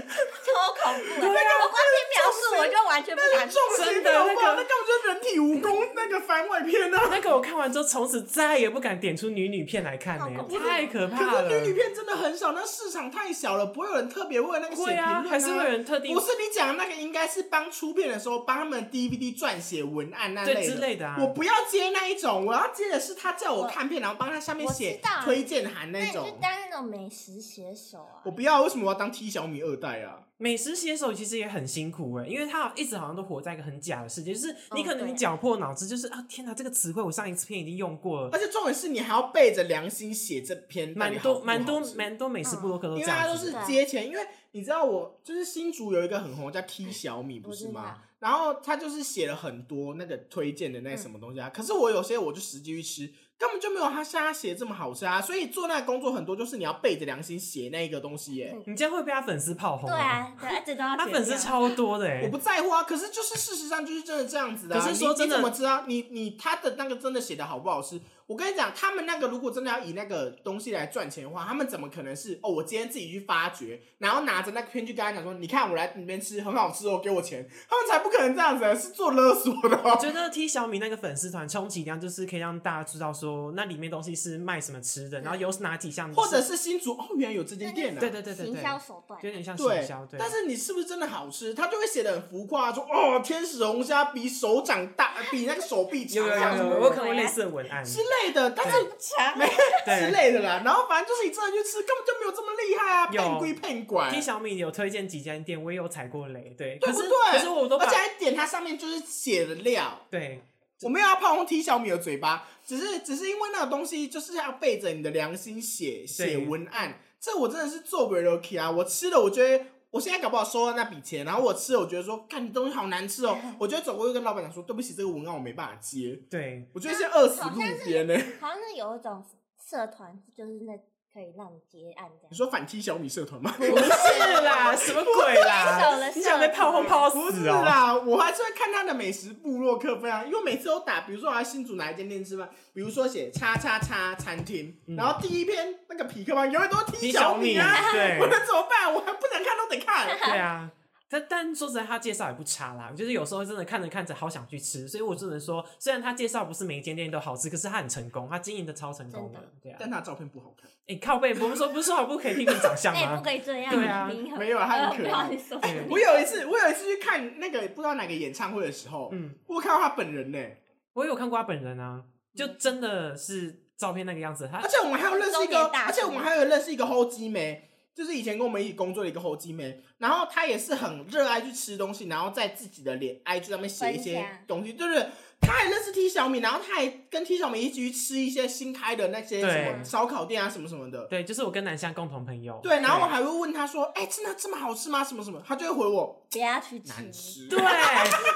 S3: 超恐怖的。我光听描述我就完全不
S2: 啊那
S3: 敢
S2: 是中邪
S1: 真
S2: 片
S1: 的
S2: 好不
S1: 那
S2: 好？
S1: 个
S2: 那根本就是人体蜈蚣那个番外 篇啊！
S1: 那个我看完之后，从此再也不敢点出女女片来看
S3: 好
S1: 呢
S3: 恐怖，
S1: 太可怕
S2: 可
S1: 了。
S2: 是女女片真的很少，那市场太小了，不会有人特别为了那个写
S1: 会
S2: 评
S1: 啊，
S2: 论
S1: 还是会有人特地
S2: 不是你讲的那个，应该是帮出片的时候帮他们 DVD 撰写文案那类的
S1: 对之类的啊
S2: 我不要接那一种，我要接的是他叫我看片，然后帮他下面
S3: 我
S2: 写
S3: 知道
S2: 推荐函
S3: 那
S2: 那
S3: 你就
S2: 种。
S3: 当那种美食写手啊
S2: 我！不要，为什么我要当 T 小米二代啊？
S1: 美食写手其实也很辛苦哎、因为他一直好像都活在一个很假的世界，就是你
S3: 哦
S1: 可能
S3: 对
S1: 你绞破脑汁，就是、啊天哪，这个词汇我上一次片已经用过 了，
S2: 而且重点是你还要背着良心写这篇，
S1: 蛮
S2: 到
S1: 多
S2: 底好不好
S1: 蛮多
S2: 吃
S1: 蛮多美食部落客都
S2: 因为
S1: 这
S2: 他
S1: 样
S2: 都
S1: 子
S2: 是
S1: 的。
S3: 对
S2: 接钱，因为你知道我就是新竹有一个很红叫 T 小米，不
S3: 我
S2: 是
S3: 知
S2: 吗
S3: 道？
S2: 然后他就是写了很多那个推荐的那个什么东
S1: 嗯
S2: 西啊，可是我有些我就实际去吃，根本就没有他像他写的这么好吃啊。所以做那个工作很多就是你要背着良心写那个东西耶、
S3: 嗯
S1: 你这样会被他粉丝炮红、
S3: 对，啊，对啊，这都要
S1: 他
S3: 剪
S1: 粉丝
S3: 掉
S1: 超多的哎、
S2: 我不在乎啊，可是就是事实上就是真的这样子的、啊。
S1: 可是说
S2: 你
S1: 真的
S2: 你怎么知道？你你他的那个真的写的好不好吃？我跟你讲，他们那个如果真的要以那个东西来赚钱的话，他们怎么可能是哦？我今天自己去发掘，然后拿着那个片去跟他讲说，你看我来你边吃很好吃哦，给我钱，他们才不可能这样子、啊，是做勒索的
S1: 我
S2: 哦、
S1: 觉得 T 小米那个粉丝团充其量就是可以让大家知道说那里面东西是卖什么吃的，然后有哪几项，
S2: 或者是新竹哦，原来有这间店啊，
S1: 对对对对
S3: 行
S1: 对，
S3: 销手段
S1: 有。点像行
S2: 对
S1: 销，对。
S2: 但是你是不是真的好吃？他就会写的很浮夸，说哦，天使龙虾比手掌大，比那个手臂
S1: 有
S2: 长
S1: 有有
S2: 啊什
S1: 有
S2: 么
S1: 有，
S2: 的
S1: 我看过类似的文案，
S2: 之类的，但是
S3: 强，
S2: 之
S1: 对。
S2: 类的啦。然后反正就是你真的去吃，根本就没有这么厉害啊，
S1: 有
S2: 骗归骗拐，
S1: T 小米有推荐几间店，我也有踩过雷，对，
S2: 对
S1: 可
S2: 不
S1: 是
S2: 对？
S1: 可是我都把
S2: 而且还点它上面就是写的料。
S1: 对
S2: 我没有要炮轰 T 小米的嘴巴，只是只是因为那个东西就是要背着你的良心写写文案，这我真的是做不了 K 啊！我吃了，我觉得我现在搞不好收到那笔钱，然后我吃了，我觉得说，看你东西好难吃哦， 我就会走过去跟老板讲说，对不起，这个文案我没办法接，
S1: 对，
S2: 我觉得是饿死路边呢。
S3: 好像是有一种社团，就是那可以让你结案这样。
S2: 你说反踢小米社团吗？
S1: 不是啦，什么鬼啦？
S3: 分手了
S1: 你想被炮轰炮
S2: 不是
S1: 死哦？
S2: 啦，我还是会看他的美食部落客分享，因为每次都打，比如说我要新煮哪一间店吃饭，比如说写叉叉叉餐厅，
S1: 嗯
S2: 然后第一篇那个匹克邦永远都踢
S1: 踢
S2: 小
S1: 小
S2: 米
S1: 米
S2: 啊，
S1: 对
S2: 我能怎么办？我还不能看都得看。
S1: 对啊。但但说实在，他介绍也不差啦。就是有时候真的看着看着，好想去吃，所以我只能说，虽然他介绍不是每一间店都好吃，可是他很成功，他经营的超成功
S3: 真的
S1: 的。对啊，
S2: 但他的照片不好看，
S1: 哎、靠背，我们说不是说好不可以批评 长相
S2: 哎
S3: 那也不
S1: 吗？
S3: 可以这样，
S1: 对啊
S3: 明和
S2: 没有啊他很
S3: 呃
S2: 可爱
S3: 不好意思说，
S1: 对
S2: 我有一次，我有一次去看那个不知道哪个演唱会的时候，
S1: 嗯，
S2: 我看到他本人呢、
S1: 我有看过他本人啊，就
S2: 嗯
S1: 真的是照片那个样子。他
S2: 而且我们还有认识一
S3: 中
S2: 个，
S3: 年大叔
S2: 而且我们还有认识一个后鸡妹，就是以前跟我们一起工作的一个后鸡妹，然后她也是很热爱去吃东西，然后在自己的脸 IG 上面写一
S3: 分
S2: 些
S3: 享
S2: 东西，就是她还认识 T 小米，然后她还跟 T 小米一起去吃一些新开的那些
S1: 对
S2: 什么烧烤店啊什么什么的。
S1: 对，就是我跟南湘共同朋友。
S2: 对，然后我还会问她说：“哎、真的这么好吃吗？什么什么？”她就会回我
S3: 不要去
S2: 难吃。
S3: 吃，
S1: 对，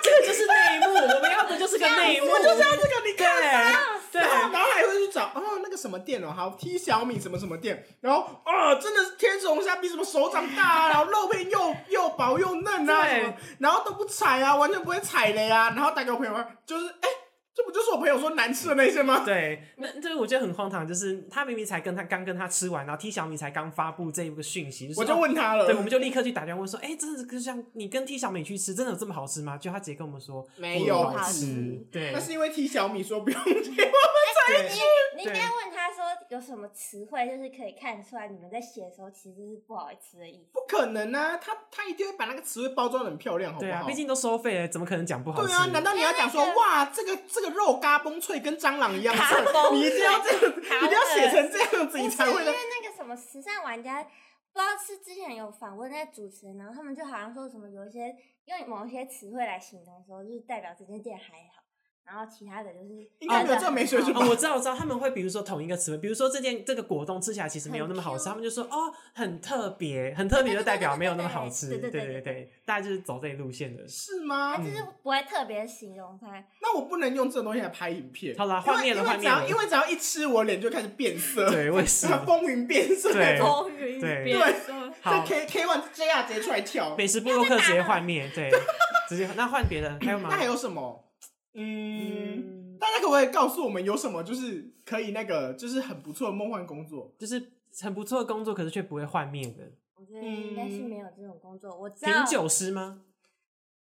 S1: 这个就是内幕，我们要的就是个内幕。
S2: 我就是要这个，你
S1: 对对
S2: 看。然后然后还会去找哦那个什么店哦，好 T 小米什么什么店，然后啊、真的是天使龙虾比什么手掌大啊，然后肉片又又薄又嫩啊，
S1: 对
S2: 什么然后都不踩啊，完全不会踩雷啊，然后打给我朋友就是哎，这不就是我朋友说难吃的那 些吗？
S1: 对，那这个我觉得很荒唐，就是他明明才跟他刚跟他吃完，然后 T 小米才刚发布这一个讯息，
S2: 我
S1: 说
S2: 就。问他了，
S1: 哦对，我们就立刻去打电话问说，哎、真的就像你跟 T 小米去吃，真的有这么好吃吗？就他直接跟我们说
S2: 没
S1: 不
S2: 有嗯
S1: 好
S3: 吃
S1: 吃，对
S2: 那，是因为 T 小米说不用这样，
S1: 对
S3: 你应该问他说有什么词汇，就是可以看出来你们在写的时候其实是不好意思的意 思。
S2: 不可能啊，他他一定会把那个词汇包装的很漂亮，好不
S1: 对啊，
S2: 好
S1: 毕？竟都收费了，怎么可能讲不好吃？
S2: 对啊，难道你要讲说
S3: 因为那个
S2: 哇，这个这个肉嘎嘣脆，跟蟑螂一样脆
S3: 嘎嘣脆
S2: 你一定要这样，
S3: 好
S2: 你一定要写成这样子，你
S3: 不是
S2: 才会
S3: 因为
S2: 的。
S3: 那个什么时尚玩家，不知道是之前有访问那主持人，然后他们就好像说什么有一些用某一些词汇来形容的时候，就是代表这间店还好，然后其他的就是
S2: 应该没有
S3: 哦
S2: 这没水准
S1: 哦，我知道，我知道，他们会比如说同一个词汇，比如说这件这个果冻吃起来其实没有那么好吃，他
S3: 很 Q
S1: 们就说哦很特别，很特别就代表没有那么好吃，
S3: 对对对对
S1: 对
S3: 对
S1: 对，大家就是走这一路线的。
S2: 是
S3: 他
S2: 吗
S3: 呃
S1: 嗯
S3: 就？是不会特别形容它。
S2: 那我不能用这种东西来拍影片。
S1: 好啦，
S2: 因
S1: 换
S2: 为
S1: 面了，
S2: 因为
S1: 换
S2: 只
S1: 面
S2: 要
S1: 了
S2: 因，为只要一吃，我脸就开始变色，
S1: 对，我也是。
S2: 风云变色。
S1: 对
S2: 这
S3: 终于
S1: 对
S3: 别
S2: 对
S3: 说，
S1: 好，
S2: K K One J R 直接出来跳。
S1: 美食部落客直接换面，对，直接那换别的还有吗
S2: 那？还有什么？嗯，
S1: 嗯，
S2: 大家可不可以告诉我们有什么就是可以那个就是很不错的梦幻工作？
S1: 就是很不错的工作，可是却不会换面的
S3: 我觉得应该是没有这种工作。我知道
S1: 品酒师吗？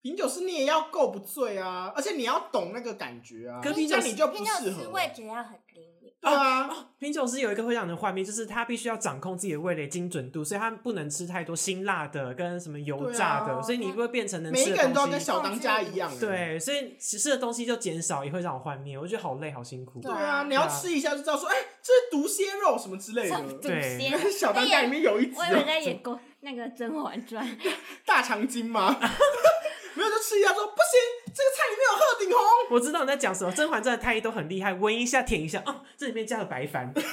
S2: 品酒师你也要够不醉啊，而且你要懂那个感觉啊，
S1: 可品酒
S2: 那
S1: 师
S2: 你就不
S3: 品
S2: 适
S3: 酒
S2: 合
S3: 师
S2: 了。
S3: 味觉要很灵敏，
S2: 对啊，
S1: 哦，品酒师有一个会让人幻灭，就是他必须要掌控自己的味蕾精准度，所以他不能吃太多辛辣的跟什么油炸
S3: 对
S1: 的，
S3: 啊
S1: 所以你会变成能
S2: 每一
S1: 吃
S2: 个
S1: 的
S2: 人都要
S1: 东
S2: 跟
S1: 西。
S2: 小当家一样。，啊
S1: 对，所以吃的东西就减少，也会让我幻灭，我觉得好累，好辛苦。
S2: 对
S3: 对
S2: 啊，
S3: 啊
S2: 你要吃一下就知道说，哎，这是毒蝎肉什么之类
S3: 像
S2: 的。
S3: 祖 先。
S2: 小当家里面有一集
S3: 我以为
S2: 哦
S3: 在演过那个《甄嬛传》，
S2: 大肠经 吗？没有就吃一下说不行，这个菜里面有鹤顶红，
S1: 我知道你在讲什么，《甄嬛传》的太医都很厉害，闻一下舔一下，哦，这里面加了白 矾，超厉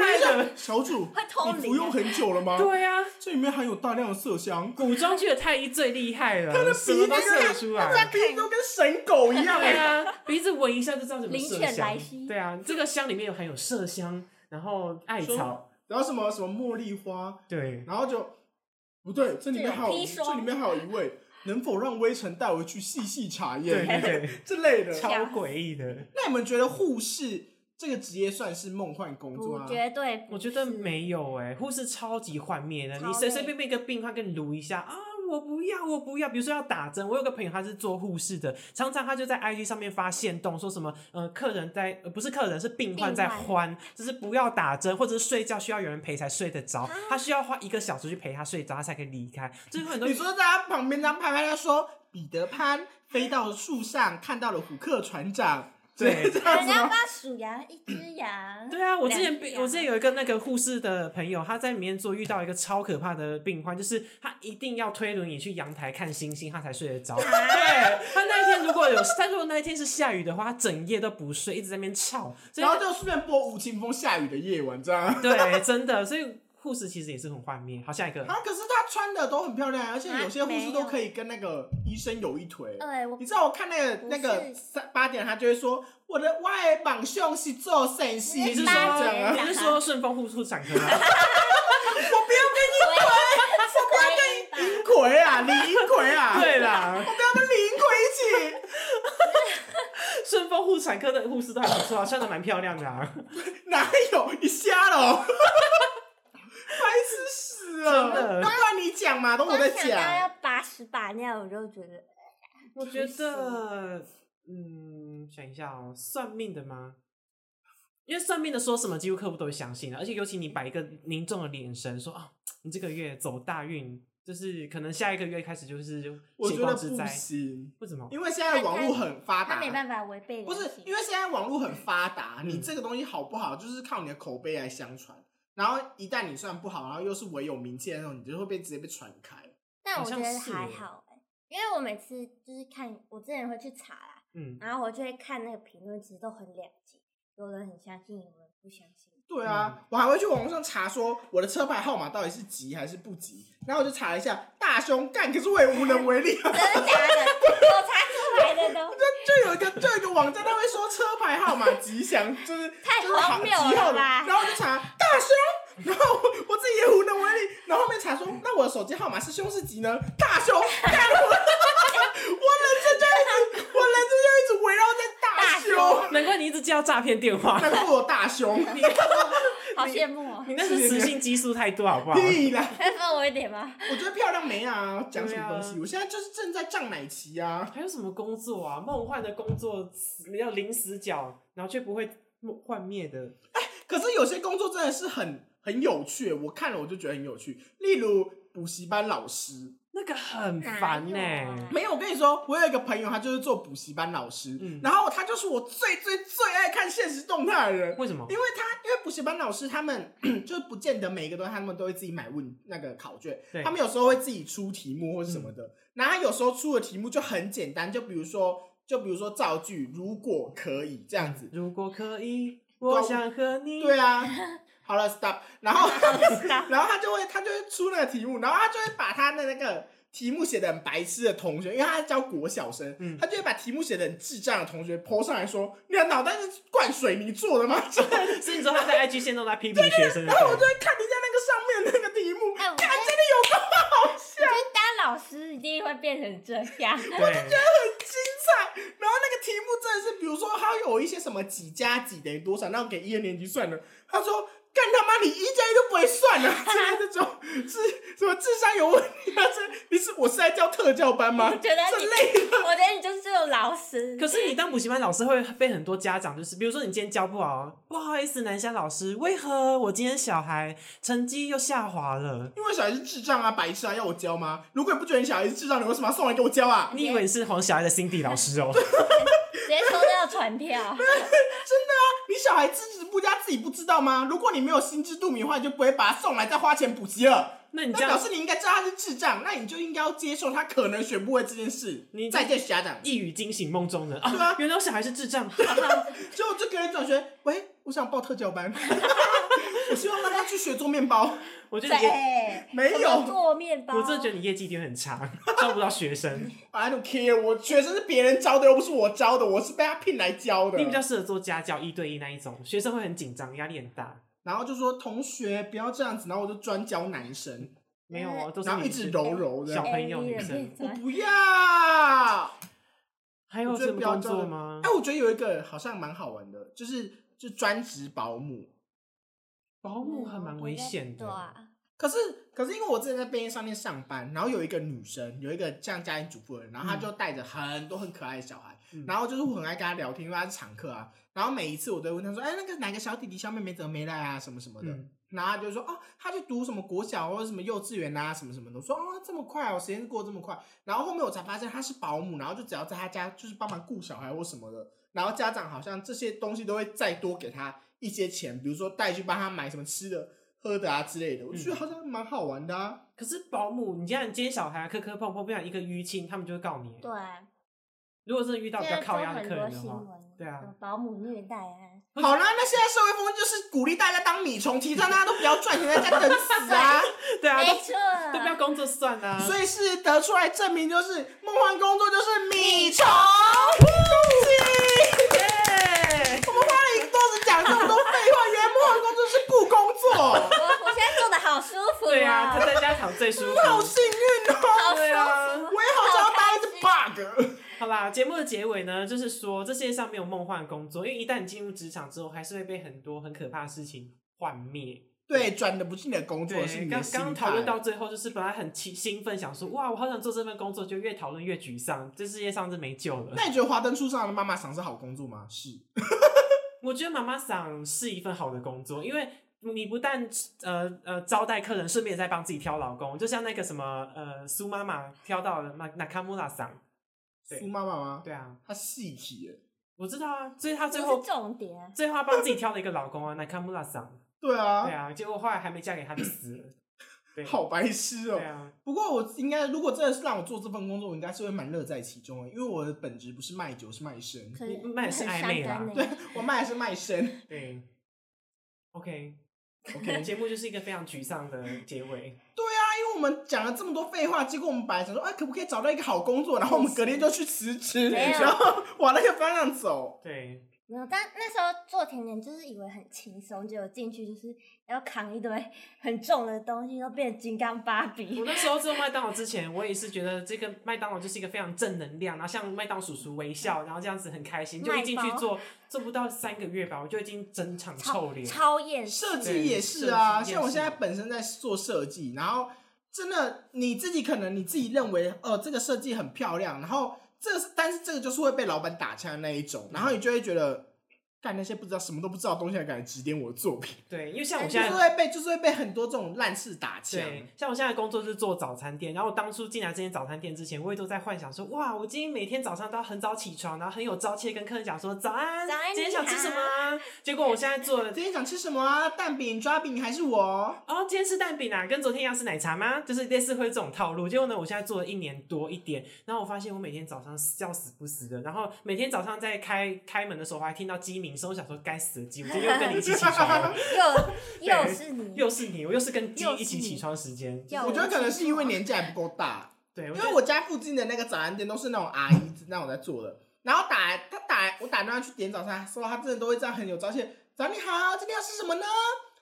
S1: 害的。
S2: 小主
S3: 会偷
S2: 你
S3: 灵啊
S2: 服用很久了吗？
S1: 对啊，
S2: 这里面含有大量的麝香，
S1: 古装剧的太医最厉害了，
S2: 他的
S1: 什
S2: 鼻
S1: 么
S2: 子
S1: 都
S2: 是
S1: 测得出来。
S2: 他鼻子都跟神狗一样
S1: 对
S2: 哎。
S1: 啊，鼻子闻一下就知道什么
S3: 灵
S1: 麝
S3: 犬
S1: 香
S3: 莱西。
S1: 对啊，这个香里面有含有麝香，然后艾草，
S2: 然后什么什么茉莉花，
S1: 对，
S2: 然后就不对，这里面还
S3: 这有
S2: 有
S3: 砒霜
S2: 这里面还有一位，能否让微臣带回去细细查
S1: 对对
S2: 验
S1: 对，
S2: 这类的？
S1: 超诡异的。
S2: 那你们觉得护士这个职业算是梦幻工作
S3: 不
S2: 吗？
S3: 绝对不是，
S1: 我觉得没有哎、护士超级幻灭的，
S3: 超
S1: 你随随便便一个病患跟你撸一下啊，我不要，我不要。比如说要打针，我有个朋友他是做护士的，常常他就在 IG 上面发现动，说什么呃客人在、呃、不是客人是病患在
S3: 病
S1: 欢，就是不要打针或者是睡觉需要有人陪才睡得着
S3: 啊，
S1: 他需要花一个小时去陪他睡着，他才可以离开。就是很多
S2: 你说在他旁边这样拍拍，他说彼得潘飞到树上，看到了虎克船长，
S1: 对
S2: 这样
S3: 人
S2: 子
S3: 家
S2: 吗？
S3: 把数羊一只羊，
S1: 对啊，我之前
S3: 两只
S1: 被
S3: 羊
S1: 我之前有一个那个护士的朋友，他在里面做遇到一个超可怕的病患，就是他一定要推轮椅去阳台看星星，他才睡得着。对他那一天如果有，他如果那一天是下雨的话，他整夜都不睡，一直在那边吵。所以
S2: 然后就顺便播吴青峰下雨的夜晚，这样。啊
S1: 对，真的，所以护士其实也是很幻灭。好，下一个，
S2: 啊，可是她穿的都很漂亮，而且
S3: 啊
S2: 有些护士
S3: 没
S2: 都
S3: 有
S2: 可以跟那个医生有一腿。
S3: 哎，我
S2: 你知道我看那个
S3: 不
S2: 那个
S3: 是
S2: 三八点，他就会说我的外膀胸是做神戏，
S1: 你是
S2: 这样
S3: 八点
S2: 啊
S1: 说？你是说顺丰护士产科吗？
S3: 我不要
S2: 林奎啊，李英奎啊，
S1: 对，啦，
S2: 我跟他们李英奎一起。
S1: 顺丰护产科的护士都还不错啊，穿的蛮漂亮的啊。
S2: 哪有？你瞎了、哦？白痴死了！
S1: 真的
S2: 都怪你讲嘛，都我在
S3: 光想到要
S2: 讲。
S3: 八十把那样，我就觉得
S1: 我觉得，嗯，想一下哦，算命的吗？因为算命的说什么，几乎客户都会相信啊。而且尤其你摆一个凝重的眼神，说啊，你这个月走大运，就是可能下一个月开始就是
S2: 我
S1: 血
S2: 觉得
S1: 光之
S2: 不
S1: 灾。
S2: 行，
S1: 为什么？
S2: 因为现在网络很发
S3: 他
S2: 达
S3: 没，办法违背
S2: 不
S3: 良
S2: 是
S3: 心
S2: 因为现在网络很发达，
S1: 嗯
S2: 你这个东西好不好，就是靠你的口碑来相传。然后一旦你算不好，然后又是唯有名气的那种，你就会被直接被传开。
S3: 但
S1: 好
S3: 我觉
S1: 像
S3: 得
S1: 是
S3: 还
S1: 耶
S3: 好、欸，因为我每次就是看，我之前会去查啦，
S1: 嗯，
S3: 然后我就会看那个评论，其实都很两极，有人很相信，有人不相信。
S2: 对啊，
S1: 嗯
S2: 我还会去网络上查说我的车牌号码到底是吉还是不吉，然后我就查了一下，大凶干，可是我也无能为力啊。
S3: 真的假 的？我查出来的都
S2: 就有一个就有一个网站，他会说车牌号码吉 祥，就是
S3: 太
S2: 就是好
S3: 荒谬了
S2: 吉号的
S3: 吧
S2: 然后我就查大凶，然后我我自己也无能为力，然后后面查说，那我的手机号码是凶是吉呢？大凶，干我，我人生就一直我人生就一直围绕在
S1: 难怪你一直叫诈骗电话
S2: 大，凶，难怪我大 凶，
S3: 好羡慕哦、
S1: 你那是雌性激素太多，好不好？
S2: 屁啦！
S3: 再分我一点吗？
S2: 我觉得漂亮没啊，讲什么东
S1: 对
S2: 西？
S1: 啊
S2: 我现在就是正在胀奶期啊，
S1: 还有什么工作啊？梦幻的工作要零死角，然后却不会幻灭的。
S2: 可是有些工作真的是很很有趣，我看了我就觉得很有趣，例如补习班老师。
S1: 那个很烦呢、
S3: 哪有啊
S2: 没有，我跟你说，我有一个朋友，他就是做补习班老师，
S1: 嗯
S2: 然后他就是我最最最爱看现实动态的人，
S1: 为什么？
S2: 因为他因为补习班老师他们 就是不见得每一个东西他们都会自己买问那个考卷
S1: 对，嗯
S2: 他们有时候会自己出题目或是什么的，然后他有时候出的题目就很简单，就比如说就比如说造句，如果可以这样子，
S1: 如果可以，我想和你。
S2: 对啊，好了，stop。然后， 然后他就会他就会出那个题目，然后他就会把他的那个题目写的很白痴的同学，因为他教国小生，
S1: 嗯
S2: 他就会把题目写的很智障的同学泼上来说：“你的脑袋是灌水泥做的吗？”然
S1: 所以你说 他在 IG 线都在批评学生的
S2: 后我
S1: 感觉。
S2: 就会看人家那个上面那个题目，
S3: 哎我
S2: 看
S3: 觉得
S2: 真的有够好笑
S3: 我觉，得当老师一定会变成这样。
S1: 对，
S2: 很精彩。然后那个题目真的是，比如说他有一些什么几加几等于多少，那我给一二年级算的，他说。干他妈！你一加一都不会算 啊！之类这种是什么智商有问题啊？这你是我是在教特教 班吗？
S3: 我觉得
S2: 这
S3: 你
S2: 类的，
S3: 我觉得你就是这种老师，
S1: 可是你当补习班老师会被很多家长，就是比如说你今天教不好，不好意思，南山老师，为何我今天小孩成绩又下滑了？
S2: 因为小孩是智障啊，白痴啊，要我教吗？如果你不觉得你小孩是智障，你为什么要送来给我教啊？
S1: 你以为你是黄小孩的 Cindy 老 师哦？
S3: 直接收到 传票。
S2: 你小孩资质不佳，自己不知道吗？如果你没有心知肚明的话，你就不会把他送来再花钱补习了。
S1: 那你
S2: 那
S1: 这
S2: 表
S1: 样
S2: 示你应该知道他是智障，那你就应该要接受他可能学不会这件事。
S1: 你
S2: 再见，家长。
S1: 一语惊醒梦中人啊！
S2: 对啊
S1: 原来我小孩是智 障。
S2: 所以我就跟人转学，喂，我想报特教班， 我希望让他去学做面包。
S1: 我觉得你业，
S3: 对，
S2: 没有
S3: 哎什么做面包，
S1: 我真的觉得你业绩一定很差， 招不到学 生。
S2: I don't care，我学生是别人教的，又不是我教的，我是被他聘来教的
S1: 你。比较适合做家教一对一那一种，学生会很紧张，压力很大。
S2: 然后就说同学不要这样子，然后我就专教男生，
S1: 没有哦，都是
S2: 然后
S1: 女
S2: 一
S1: 生
S2: 直柔柔
S1: 小
S2: 的，
S1: 朋友
S3: AV
S1: 女
S3: 哎的
S1: 生哦
S3: 片
S2: 我
S3: 段
S2: 不要。哎、
S1: 还有
S2: 我
S1: 什
S2: 觉得
S1: 么
S2: 不要
S1: 工
S2: 这
S1: 作
S2: 样
S1: 吗？
S2: 哎我觉得有一个好像蛮好玩的，就是就专职保姆。
S1: 保姆还蛮危险
S3: 对
S1: 的，
S3: 啊，
S2: 可是，可是因为我之前在便利商店上班，然后有一个女生，有一个像家庭主妇的人，然后她就带着很多很可爱的小孩，
S1: 嗯
S2: 然后就是我很爱跟她聊天，因为她是常客啊。然后每一次我都会问她说：“哎，那个哪个小弟弟、小妹妹怎么没来啊？什么什么的。
S1: 嗯
S2: 然后她就说：“哦，她去读什么国小或者什么幼稚园啊，什么什么的。”我说：“哦，这么快哦，时间过得这么快。”然后后面我才发现她是保姆，然后就只要在她家就是帮忙顾小孩或什么的。然后家长好像这些东西都会再多给她一些钱，比如说带去帮她买什么吃的、喝的啊之类的。我就觉得好像蛮好玩的啊。
S1: 啊可是保姆，你既然今天小孩磕磕碰碰，不然一个淤青，他们就会告你。
S3: 对啊，
S1: 如果是遇到比
S3: 现
S1: 较
S3: 在
S1: 靠
S3: 都
S1: 压的
S3: 很
S1: 客
S3: 多
S1: 人的
S3: 新
S1: 话，
S3: 闻，
S1: 对啊，
S3: 保姆虐待啊，
S2: 好啦，那现在社会风气就是鼓励大家当米虫，提倡大家都不要赚钱，在家等死啊。
S1: 对啊，
S3: 没
S1: 都
S3: 错，
S1: 都不要工作算啊啦、
S2: 所以是得出来证明，就是梦幻工作就是米虫。恭喜！
S1: 耶
S2: 我们花了一个多小时讲这么多废话，原来梦幻工作是不工作，
S3: 我我现在做的好舒服
S1: 对啊，他
S3: 好
S1: 在家躺最 舒
S2: 好
S1: 服。
S2: 幸运哦！
S1: 对啊
S3: 舒服，
S2: 我也好想要当一 只 bug。
S1: 好啦，节目的结尾呢，就是说这世界上没有梦幻工作，因为一旦你进入职场之后，还是会被很多很可怕的事情幻灭。
S2: 对，转的不是你的工作，是
S1: 对，
S2: 你
S1: 刚
S2: 的
S1: 刚刚
S2: 心态
S1: 讨论到最后，就是本来很兴兴奋，想说哇，我好想做这份工作，就越讨论越沮丧，这世界上是没救了。
S2: 那你觉得华灯初上的妈妈桑是好工作吗？是，
S1: 我觉得妈妈桑是一份好的工作，因为你不但呃呃招待客人，顺便也在帮自己挑老公，就像那个什么呃苏妈妈挑到了那那卡穆拉桑，对
S2: 苏妈妈吗？
S1: 对啊，
S2: 她细体耶。
S1: 我知道啊，所以她最
S3: 这
S1: 后
S3: 是重点啊，
S1: 最后她帮自己挑了一个老公啊，那卡穆拉桑，
S2: 对
S1: 对
S2: 啊，
S1: 啊，结果后来还没嫁给他就死了，对，
S2: 好白痴哦
S1: 对。啊，
S2: 不过我应该，如果真的是让我做这份工作，我应该是会蛮乐在其中的，因为我的本职不是卖酒，是卖身。
S3: 可以
S1: 你卖的是
S3: 很
S1: 暧昧啦
S3: 伤肝
S2: 对
S3: 欸，
S2: 我卖的是卖身。
S1: 对，OK。OK，节目就是一个非常沮丧的结尾。
S2: 因为我们讲了这么多废话，结果我们本来想说，哎，可不可以找到一个好工作，然后我们隔天就去辞职，
S3: 没有
S2: 然后往那个方向走。
S1: 对，
S3: 没有，但那时候做甜点就是以为很轻松，结果进去就是要扛一堆很重的东西，都变成金刚芭比
S1: 我。那时候做麦当劳之前，我也是觉得这个麦当劳就是一个非常正能量，然后向麦当叔叔微笑，然后这样子很开心。就一进去做，做不到三个月吧，我就已经整场臭脸。
S3: 超厌世，
S2: 设计
S1: 对
S2: 也是啊，
S1: 设计也
S2: 像我
S1: 是
S2: 现在本身在做设计，然后真的你自己可能你自己认为，呃，这个设计很漂亮，然后这个是，但是这个就是会被老板打枪的那一种，然后你就会觉得。干那些不知道什么都不知道的东西还敢来指点我的作品，
S1: 对，因为像我
S2: 就是
S1: 现在。
S2: 会被就是会被很多这种烂事打枪。
S1: 对，像我现在的工作是做早餐店，然后我当初进来这间早餐店之前，我也都在幻想说，哇，我今天每天早上都要很早起床，然后很有朝气，跟客人讲说早安，
S3: 早安
S1: 今天想吃
S3: 你好
S1: 什么啊？结果我现在做的
S2: 今天想吃什么啊？蛋饼、抓饼还是我？
S1: 哦，今天吃蛋饼啊，跟昨天一样是奶茶吗？就是类似会这种套路。结果呢，我现在做了一年多一点，然后我发现我每天早上是要死不死的，然后每天早上在开开门的时候，我还听到鸡鸣声，我想说该死的鸡，我今天又跟你一起起床了，
S3: 又又是你，
S1: 又是你，我又是跟鸡
S3: 又是
S1: 一起
S3: 你
S1: 起床时间。
S3: 叫
S2: 我觉得可能是因为年纪还不够大，
S1: 对，我
S2: 因
S1: 觉
S2: 为
S1: 得
S2: 我家附近的那个早餐店都是那种阿姨那种在做的，然后打他打我打电话去点早餐，说他真的都会这样很有朝气。早上你好，今天要吃什么呢？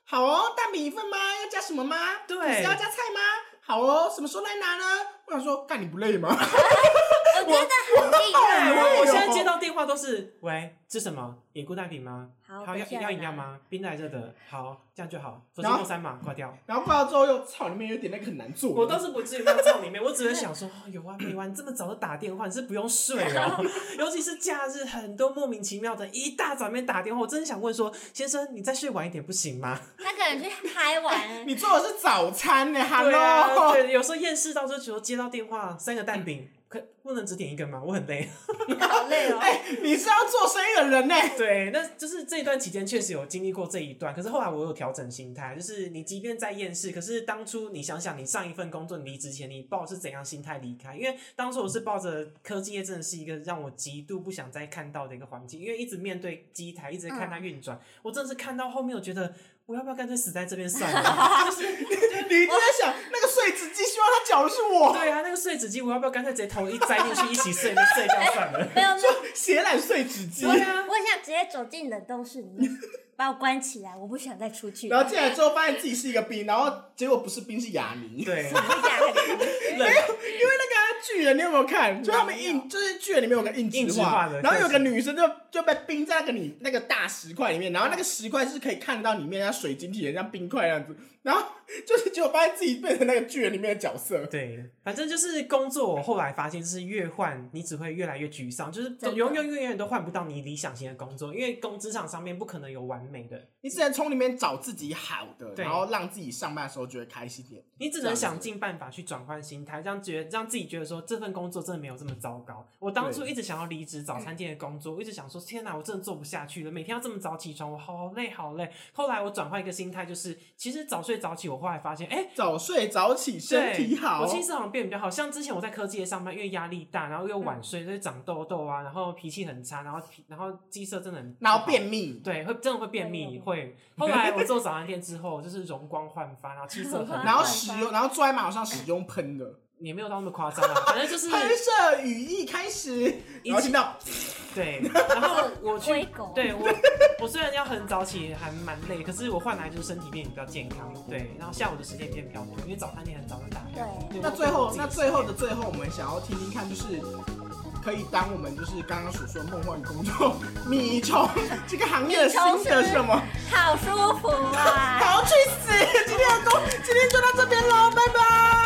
S2: 好哦，蛋饼一份吗？要加什么吗？
S1: 对
S2: 你是要加菜吗？好哦，什么时候来拿呢？我想说，干你不累吗？
S3: 我觉得很厉
S1: 对，
S3: 害
S2: 哎
S1: 我
S2: 呦
S1: 我现在接到电话都是喂，吃什么？野菇蛋饼吗？
S3: 好
S1: 好，
S3: 等
S1: 要
S3: 一下
S1: 要饮料
S3: 拿
S1: 吗？冰的还是热的？好，这样就好。手机
S2: 然后
S1: 用三码，挂掉。
S2: 然后挂到之后又操，里面有点那个很难做。
S1: 我倒是不至于到这种里面，我只是想说，哦有完没完？这么早就打电话，你是不用睡哦。 尤其是假日，很多莫名其妙的，一大早面打电话，我真的想问说，先生，你再睡晚一点不行吗？
S3: 他可能去 嗨玩，
S2: 你做的是早餐呢
S1: 对啊，
S2: ，Hello。
S1: 对，有时候厌世到就觉得接到电话三个蛋饼，可不能只点一个吗？我很累。
S3: 好累哦。
S2: 哎， 你是要做生意的 人呢？
S1: 对，那就是这一段期间确实有经历过这一段，可是后来我有调整心态，就是你即便在厌世，可是当初你想想，你上一份工作你离职前，你抱是怎样心态离开？因为当初我是抱着科技业真的是一个让我极度不想再看到的一个环境，因为一直面对机台，一直看它运转，我真的是看到后面，我觉得我要不要干脆死在这边算了？就是
S2: 你一直在想那个碎纸机，希望他搅的是我，
S1: 对啊，那个碎纸机，我要不要干脆直接头一栽进去一起睡，就睡觉算了？
S3: 没有，没有，
S2: 血染碎纸 机。
S1: 对啊，
S3: 我很想直接走进冷冻室里面，把我关起来，我不想再出去了。
S2: 然后进来之后发现自己是一个兵，然后结果不是兵是哑谜。
S1: 对，
S3: 我想
S1: 冷
S2: 因为那个巨人你有没有看？就他们硬就是巨人里面有个硬
S1: 硬
S2: 直
S1: 直化的
S2: 然后有个女生就就被冰在那个你那个大石块里面，然后那个石块是可以看得到里面像水晶体的像冰块那样子，然后就是结果发现自己变成那个巨人里面的角色。
S1: 对，反正就是工作，我后来发现就是越换，你只会越来越沮丧，就是
S3: 真的
S1: 永远永远都换不到你理想型的工作，因为工职场上面不可能有完美的，
S2: 你只能从里面找自己好的，
S1: 对
S2: 然后让自己上班的时候觉得开心点。
S1: 你只能想尽办法去转换心态，让觉得让自己觉得说这份工作真的没有这么糟糕。我当初
S2: 对
S1: 一直想要离职早餐店的工作，我一直想说，天哪，我真的做不下去了，每天要这么早起床，我好累好累。后来我转换一个心态，就是其实早睡早起，我后来发现，哎、
S2: 早睡早起，身
S1: 对，
S2: 体好。
S1: 我其实好像变得比较好，像之前我在科技业上班，因为压力大，然后又晚睡，所以长痘痘啊，然后脾气很差，然后脾然后肌色真的很，
S2: 然后便秘，
S1: 对，会真的会便秘，
S3: 会
S1: 会。后来我做早餐店之后，就是容光焕发，然后气色很 好，
S2: 然后使用，然后坐在马桶上使用喷的，
S1: 也没有到那么夸张啊，反正就是
S2: 喷射羽翼开始，然后听到
S1: 对。然后我
S3: 灰
S1: 去，
S3: 狗，
S1: 对我我虽然要很早起，还蛮累，可是我换来就是身体变得比较健康，对。然后下午的时间变比较多，因为早餐店很早就打
S3: 对
S1: 烊。对
S2: 那
S1: 我
S2: 最后
S1: 自，己
S2: 那
S1: 时
S2: 最后
S1: 间
S2: 的最后，我们想要听听看，就是可以当我们就是刚刚所说的梦幻工作米虫这个行业的心得是什么？
S3: 好舒服啊！
S2: 好去死！今天的工，今天就到这边喽，拜拜。